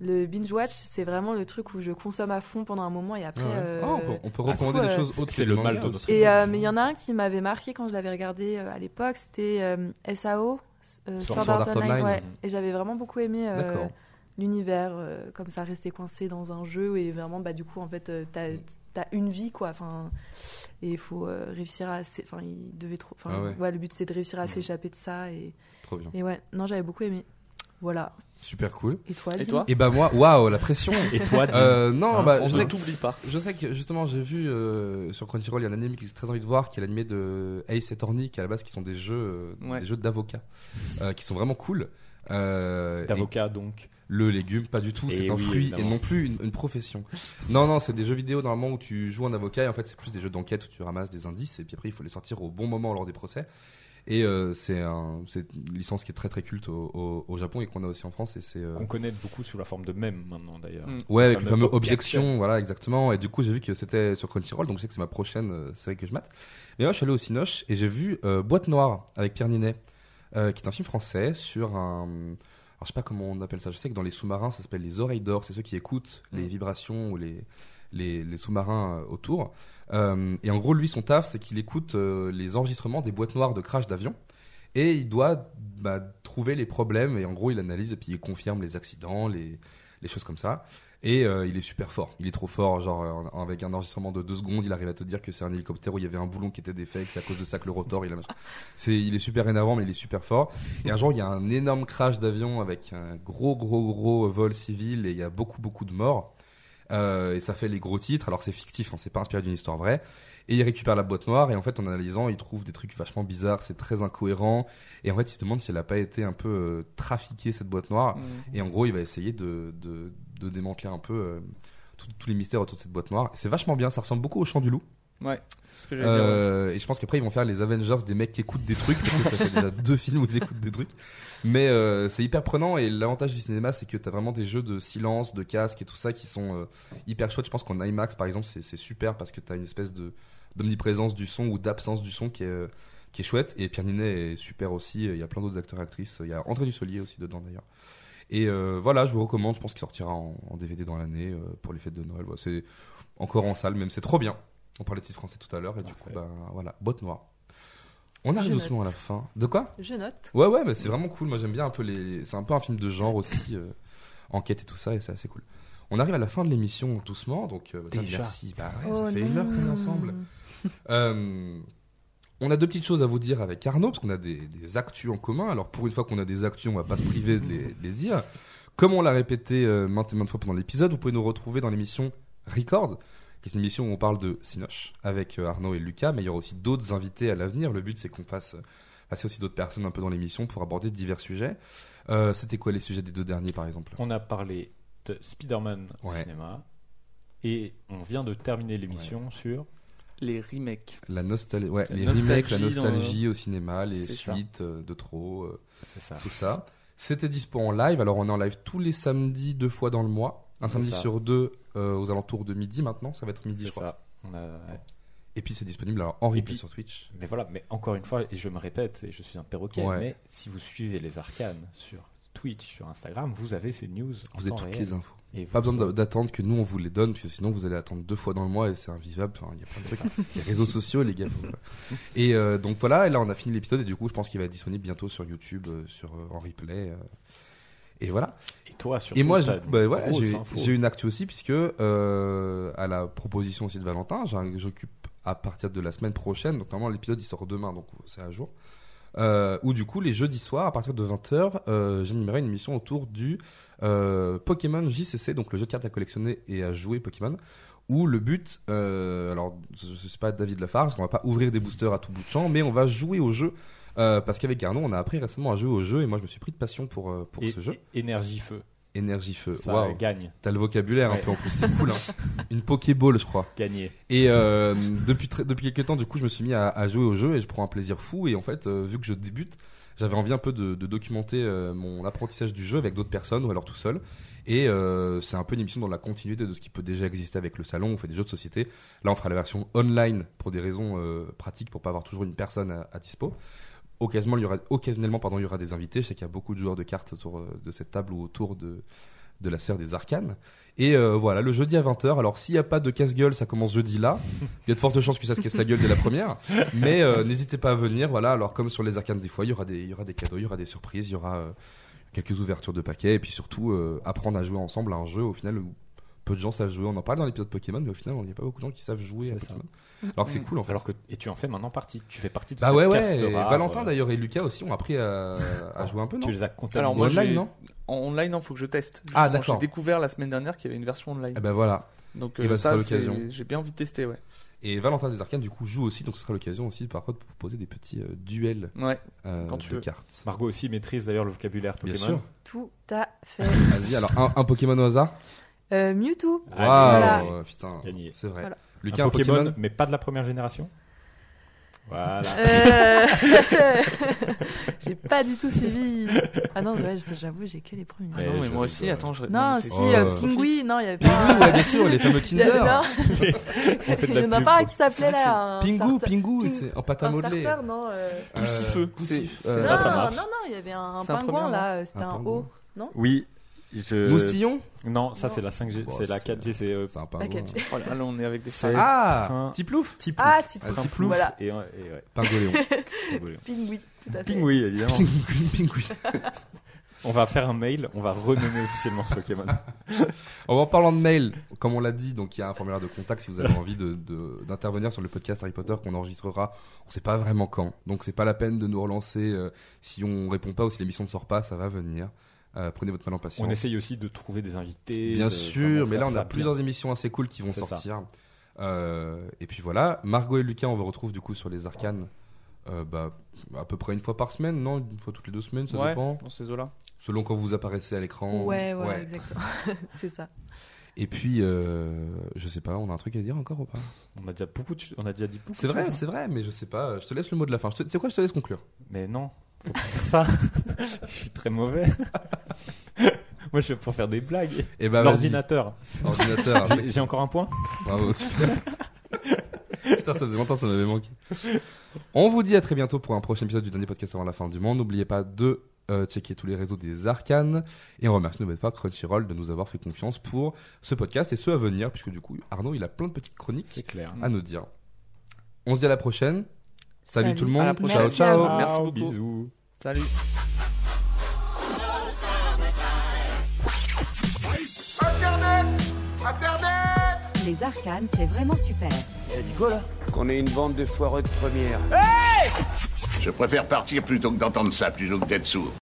S9: Le binge watch, c'est vraiment le truc où je consomme à fond pendant un moment et après.
S2: Ah ouais.
S9: euh,
S2: Ah, on peut- on peut
S9: à
S2: recommander
S9: coup,
S2: des
S9: euh,
S2: choses autres que
S7: C'est
S2: du
S7: le
S2: manga
S7: mal de
S2: aussi.
S7: notre
S9: Et euh, mais il y en a un qui m'avait marqué quand je l'avais regardé euh, à l'époque, c'était euh, SAO, euh,
S2: Sur-
S9: Sword
S2: Sword
S9: Art
S2: Art
S9: Online,
S2: Online.
S9: ouais.
S2: Mhm.
S9: et j'avais vraiment beaucoup aimé euh,
S2: D'accord.
S9: l'univers, euh, comme ça, rester coincé dans un jeu, et vraiment, bah, du coup, en fait, euh,
S2: Mm.
S9: t'as t'as une vie, quoi, enfin, et il faut euh, réussir à, s'é- enfin, il devait trop, enfin,
S2: Ah ouais. Mm.
S9: ouais, le but c'est de réussir à s'échapper de ça, et,
S2: Trop bien.
S9: et ouais, non, j'avais beaucoup aimé, voilà.
S2: Super cool.
S9: Et toi, Et dis-moi. toi
S2: Et bah moi, waouh, la pression.
S7: Et toi, dis-
S2: Euh, Non,
S7: Hein,
S2: bah,
S7: on
S2: je
S7: ne
S2: sais-
S7: t'oublie pas.
S2: Je sais que justement, j'ai vu euh, sur Crunchyroll, il y a un anime que j'ai très envie de voir, qui est l'anime de Ace Attorney, qui à la base qui sont des jeux, euh,
S7: Ouais.
S2: des jeux d'avocats, euh, qui sont vraiment cool. Euh,
S7: D'avocats,
S2: et-
S7: donc.
S2: Le légume, pas du tout. C'est
S7: Et
S2: un
S7: oui,
S2: fruit et
S7: évidemment.
S2: non plus une, une profession. non, non, c'est des jeux vidéo normalement où tu joues un avocat et en fait c'est plus des jeux d'enquête où tu ramasses des indices et puis après il faut les sortir au bon moment lors des procès. Et euh, c'est un- c'est une licence qui est très très culte au, au- au Japon et qu'on a aussi en France et c'est euh,
S7: Qu'on connaît beaucoup sous la forme de mèmes maintenant d'ailleurs.
S2: Ouais, avec le fameux
S7: objection.
S2: objection, voilà, exactement. Et du coup, j'ai vu que c'était sur Crunchyroll, donc je sais que c'est ma prochaine euh, série que je mate. Mais moi, je suis allé au Cinoche et j'ai vu euh, Boîte Noire avec Pierre Ninet, euh, qui est un film français sur un. Alors, je sais pas comment on appelle ça. Je sais que dans les sous-marins, ça s'appelle les oreilles d'or. C'est ceux qui écoutent les vibrations ou les, les, les sous-marins euh, autour. Euh, et en gros, lui, son taf, c'est qu'il écoute euh, les enregistrements des boîtes noires de crash d'avions. Et il doit bah, trouver les problèmes. Et en gros, il analyse et puis il confirme les accidents, les, les choses comme ça. Et euh, il est super fort. Il est trop fort. Genre, euh, avec un enregistrement de deux secondes, il arrive à te dire que c'est un hélicoptère où il y avait un boulon qui était défait, et que c'est à cause de ça que le rotor. Il, a... machin. c'est, il est super énervant, mais il est super fort. Et un jour, il y a un énorme crash d'avion avec un gros, gros, gros vol civil et il y a beaucoup, beaucoup de morts. Euh, et ça fait les gros titres. Alors c'est fictif, hein, c'est pas inspiré d'une histoire vraie. Et il récupère la boîte noire et en fait en analysant, il trouve des trucs vachement bizarres, c'est très incohérent. Et en fait, il se demande si elle a pas été un peu euh, trafiquée cette boîte noire.
S8: Mm.
S7: Mhm.
S2: Et en gros, il va essayer de, de, de démanteler un peu euh, tout- tous les mystères autour de cette boîte noire. C'est vachement bien, ça ressemble beaucoup au Chant du Loup.
S8: Ouais, ce que j'allais dire, ouais.
S2: Euh, et je pense qu'après ils vont faire les Avengers des mecs qui écoutent des trucs parce que ça fait déjà deux films où ils écoutent des trucs. Mais euh, c'est hyper prenant et l'avantage du cinéma c'est que t'as vraiment des jeux de silence, de casque et tout ça qui sont euh, hyper chouettes. Je pense qu'en IMAX par exemple c'est c'est super parce que t'as une espèce de d'omniprésence du son ou d'absence du son qui est euh, qui est chouette. Et Pierre Ninet est super aussi. Il y a plein d'autres acteurs et actrices. Il y a André Dussolier aussi dedans d'ailleurs. Et euh, voilà, je vous recommande. Je pense qu'il sortira en, en DVD dans l'année euh, pour les fêtes de Noël. Ouais, c'est encore en salle, même. C'est trop bien. On parlait de titre français tout à l'heure. Et du coup, bah, voilà, boîte noire. On arrive
S9: Je
S2: doucement
S9: note.
S2: à la fin. De quoi
S9: Je note.
S2: Ouais, ouais, mais c'est vraiment cool. Moi, j'aime bien un peu les. C'est un peu un film de genre aussi, euh, enquête et tout ça, et c'est assez cool. On arrive à la fin de l'émission doucement, donc euh,
S7: Déjà.
S2: merci. Bah ouais,
S7: Oh
S2: ça fait
S7: non.
S2: une heure qu'on est ensemble. Euh, on a deux petites choses à vous dire avec Arnaud, parce qu'on a des, des actus en commun. Alors, pour une fois qu'on a des actus, on va pas se priver de les, de les dire. Comme on l'a répété euh, maintes et maintes fois pendant l'épisode, vous pouvez nous retrouver dans l'émission Record, qui est une émission où on parle de Cinoche avec euh, Arnaud et Lucas, mais il y aura aussi d'autres invités à l'avenir. Le but, c'est qu'on fasse euh, passer aussi d'autres personnes un peu dans l'émission pour aborder divers sujets. Euh, C'était quoi les sujets des deux derniers, par exemple
S7: On a parlé de Spider-Man au cinéma et on vient de terminer l'émission sur.
S8: Les remakes.
S2: La nostalgie, ouais,
S7: La
S2: les remakes, la
S7: nostalgie dans le-
S2: nostalgie au cinéma, les
S7: C'est ça.
S2: suites euh, de trop, euh, tout ça. C'était dispo en live. Alors on est en live tous les samedis, deux fois dans le mois, un
S7: C'est
S2: samedi
S7: ça.
S2: sur deux euh, aux alentours de midi. Maintenant, ça va être midi, je crois. Et puis c'est disponible alors en
S7: Et
S2: replay
S7: puis-
S2: sur Twitch.
S7: Mais voilà, mais encore une fois, et je me répète, et je suis un perroquet,
S2: Ouais.
S7: mais si vous suivez les arcanes sur Twitch, sur Instagram, vous avez ces news. en
S2: Vous avez
S7: temps
S2: toutes
S7: réel.
S2: les infos.
S7: Et
S2: pas
S7: vous
S2: besoin
S7: aurez-
S2: d'attendre que nous on vous les donne, parce que sinon vous allez attendre deux fois dans le mois et c'est invivable. Enfin, il y a plein de
S7: C'est
S2: trucs.
S7: ça.
S2: Les réseaux sociaux, les gars.
S7: <laughs>
S2: faut- Et euh, donc voilà, et là on a fini l'épisode et du coup je pense qu'il va être disponible bientôt sur YouTube, euh, sur euh, en replay. euh, et voilà.
S7: Et toi, surtout,
S2: Et moi,
S7: t'as
S2: j'ai-
S7: une
S2: bah, voilà,
S7: grosse
S2: j'ai
S7: info.
S2: j'ai une actu aussi puisque euh, à la proposition aussi de Valentin, j'ai un- j'occupe à partir de la semaine prochaine. Donc normalement l'épisode il sort demain, donc c'est à jour. Euh, où du coup les jeudis soirs à partir de 20h j'animerai une émission autour du euh, Pokémon JCC donc le jeu de cartes à collectionner et à jouer Pokémon où le but euh, alors je je sais pas David Lafarge on va pas ouvrir des boosters à tout bout de champ mais on va jouer au jeu euh, parce qu'avec Arnaud on a appris récemment à jouer au jeu et moi je me suis pris de passion pour, euh, pour
S7: Et-
S2: ce jeu
S7: énergie feu
S2: énergie feu
S7: Ça
S2: Waouh.
S7: gagne.
S2: t'as le vocabulaire un
S7: Ouais.
S2: peu en plus c'est cool hein. une Pokéball je crois
S7: Gagné.
S2: et euh, depuis, très- depuis quelques temps, du coup, je me suis mis à, à jouer au jeu et je prends un plaisir fou. Et en fait, euh, vu que je débute, j'avais envie un peu de, de documenter euh, mon apprentissage du jeu avec d'autres personnes ou alors tout seul. Et euh, c'est un peu une émission dans la continuité de ce qui peut déjà exister avec le salon. On fait des jeux de société. Là, on fera la version online pour des raisons euh, pratiques, pour pas avoir toujours une personne à, à dispo. Occasionnellement, il y aura, occasionnellement pardon, il y aura des invités. Je sais qu'il y a beaucoup de joueurs de cartes autour euh, de cette table ou autour de, de la sphère des arcanes. Et euh, voilà, le jeudi à 20h. Alors, s'il n'y a pas de casse-gueule, ça commence jeudi là. Il y a de fortes chances que ça se casse la gueule dès la première. Mais euh, n'hésitez pas à venir. Voilà, alors comme sur les arcanes, des fois, il y aura des, il y aura des cadeaux, il y aura des surprises, il y aura euh, quelques ouvertures de paquets. Et puis surtout, euh, apprendre à jouer ensemble à un jeu, au final, où peu de gens savent jouer. On en parle dans l'épisode Pokémon, mais au final, il n'y a pas beaucoup de gens qui savent jouer à Pokémon. Alors que c'est cool, en fait.
S7: Alors que et tu en fais maintenant partie. Tu fais partie de
S2: Bah
S7: cette
S2: ouais, ouais.
S7: caste
S2: et
S7: rare,
S2: Valentin
S7: euh,
S2: d'ailleurs et Lucas aussi ont appris à, à jouer un peu, non
S7: Tu les as comptés
S8: Alors moi,
S2: online,
S8: j'ai-
S2: non
S8: En online, il faut que je teste.
S2: Ah,
S8: Justement,
S2: d'accord.
S8: J'ai découvert la semaine dernière qu'il y avait une version online.
S2: Eh ben voilà.
S8: Donc
S2: Eh
S8: euh,
S2: ben, ce
S8: ça,
S2: sera
S8: c'est-
S2: l'occasion.
S8: j'ai bien envie de tester, ouais.
S2: Et Valentin des Arcanes, du coup, joue aussi, donc ce sera l'occasion aussi, par contre, de proposer des petits euh, duels
S8: Ouais,
S2: euh,
S7: quand tu
S2: de
S7: veux.
S2: cartes.
S7: Margot aussi maîtrise d'ailleurs le vocabulaire
S2: Bien
S7: Pokémon.
S2: sûr.
S9: Tout à fait.
S2: Vas-y, alors un, un Pokémon au hasard
S9: Euh, Mewtwo.
S2: Waouh,
S9: Voilà.
S2: putain,
S7: Gagné.
S2: c'est vrai.
S9: Voilà.
S2: Lucas,
S7: Ah, un
S2: un
S7: Pokémon,
S2: Pokémon
S7: mais pas de la première génération.
S9: <laughs>
S7: Voilà.
S9: Euh, j'ai pas du tout suivi. Ah non, ouais, j'avoue, j'ai que les premiers.
S2: Eh,
S8: Ah non, mais moi aussi, attends, je...
S9: Non,
S8: mais
S9: si,
S2: Oh.
S8: c'est-
S9: euh,
S8: c'est-
S9: Pingui, non, il y avait pas.
S2: Pingu, <laughs> ouais, bien sûr, les fameux
S9: <laughs> Il y avait-
S2: Kinder.
S9: non.
S2: On fait de
S9: Il
S2: la
S9: y en a
S2: pub
S9: pas un
S2: pour-
S9: qui s'appelait
S2: C'est vrai que
S9: là.
S2: c'est-
S9: un
S2: Pingu,
S9: starter-
S2: Pingu,
S9: Ping-
S2: c'est en pâte à
S9: un
S2: modeler.
S9: starter, non. euh,
S2: Poussifeu.
S8: Poussif.
S2: Euh,
S9: non,
S7: ça, ça marche.
S9: non, non, il y avait un,
S8: C'est un
S9: pingouin
S8: premier,
S9: là, euh, c'était
S2: Un
S9: un,
S2: pingouin.
S9: haut, non
S7: Oui. Je...
S2: Moustillon
S7: Non, ça c'est la 5G,
S2: Bon,
S7: c'est la
S2: c'est-
S7: 4G, Euh, c'est euh,
S2: C'est un
S9: La
S2: pingouin.
S9: 4G.
S8: Oh là, là, on est avec des
S7: C'est-
S8: fans.
S2: Ah
S7: Fin-
S2: Tiplouf
S7: Tiplouf.
S9: Ah, type.
S2: Ah,
S7: Tiplouf
S9: Voilà.
S7: Et, un- et ouais.
S2: Pingoléon.
S7: Pingouin.
S9: Pingui, <laughs> tout à fait.
S7: Pingouin,
S2: <laughs>
S7: évidemment.
S2: Pingu- Pingu.
S7: On va faire un mail, on va renommer officiellement
S2: <laughs>
S7: ce Pokémon.
S2: En parlant de mail, comme on l'a dit, donc il y a un formulaire de contact si vous avez envie de- de- d'intervenir sur le podcast Harry Potter qu'on enregistrera. On sait pas vraiment quand, donc c'est pas la peine de nous relancer. euh, si on répond pas ou si l'émission ne sort pas, ça va venir. Euh, prenez votre mal en patience.
S7: On essaye aussi de trouver des invités.
S2: Bien
S7: de-
S2: sûr,
S7: comment
S2: mais là
S7: faire
S2: on
S7: ça
S2: a plusieurs
S7: bien.
S2: émissions assez cool qui vont
S7: C'est ça.
S2: sortir. Euh, et puis voilà, Margot et Lucas, on vous retrouve du coup sur les arcanes euh, bah, à peu près une fois par semaine, non Une fois toutes les deux semaines, ça
S8: ouais,
S2: dépend.
S8: dans ces eaux-là.
S2: Selon quand vous apparaissez à l'écran.
S9: Ouais, ouais, exactement. <laughs> c'est ça.
S2: Et puis, euh, je sais pas, on a un truc à dire encore ou pas
S7: On a déjà beaucoup, de... on a déjà dit beaucoup.
S2: C'est
S7: de
S2: vrai,
S7: choses, hein.
S2: c'est vrai, mais je sais pas, je te laisse le mot de la fin. Je te- C'est quoi, je te laisse conclure
S7: Mais non, faut pas faire ça. <laughs> je suis très mauvais. <laughs> Moi, je suis pour faire des blagues.
S2: Eh ben, vas-y.
S7: L'ordinateur. <laughs>
S2: Ordinateur.
S7: J'ai- J'ai encore un point.
S2: Bravo, super.
S7: <laughs>
S2: Putain, ça faisait longtemps, ça m'avait manqué. On vous dit à très bientôt pour un prochain épisode du dernier podcast avant la fin du monde. N'oubliez pas de euh, checker tous les réseaux des arcanes. Et on remercie une nouvelle fois Crunchyroll de nous avoir fait confiance pour ce podcast et ceux à venir, puisque du coup, Arnaud, il a plein de petites
S7: C'est
S2: chroniques
S7: clair.
S2: à nous dire. On se dit à la prochaine. Salut,
S9: Salut.
S2: tout le
S8: À la
S2: monde. Ciao,
S8: prochaine.
S9: Merci à
S2: ciao.
S9: vous.
S8: Merci beaucoup.
S7: Bisous.
S8: Salut.
S11: Les arcanes, c'est vraiment super.
S6: Elle a dit quoi là Qu'on est une bande de foireux de première.
S12: Je préfère partir plutôt que d'entendre ça, plutôt que d'être sourd.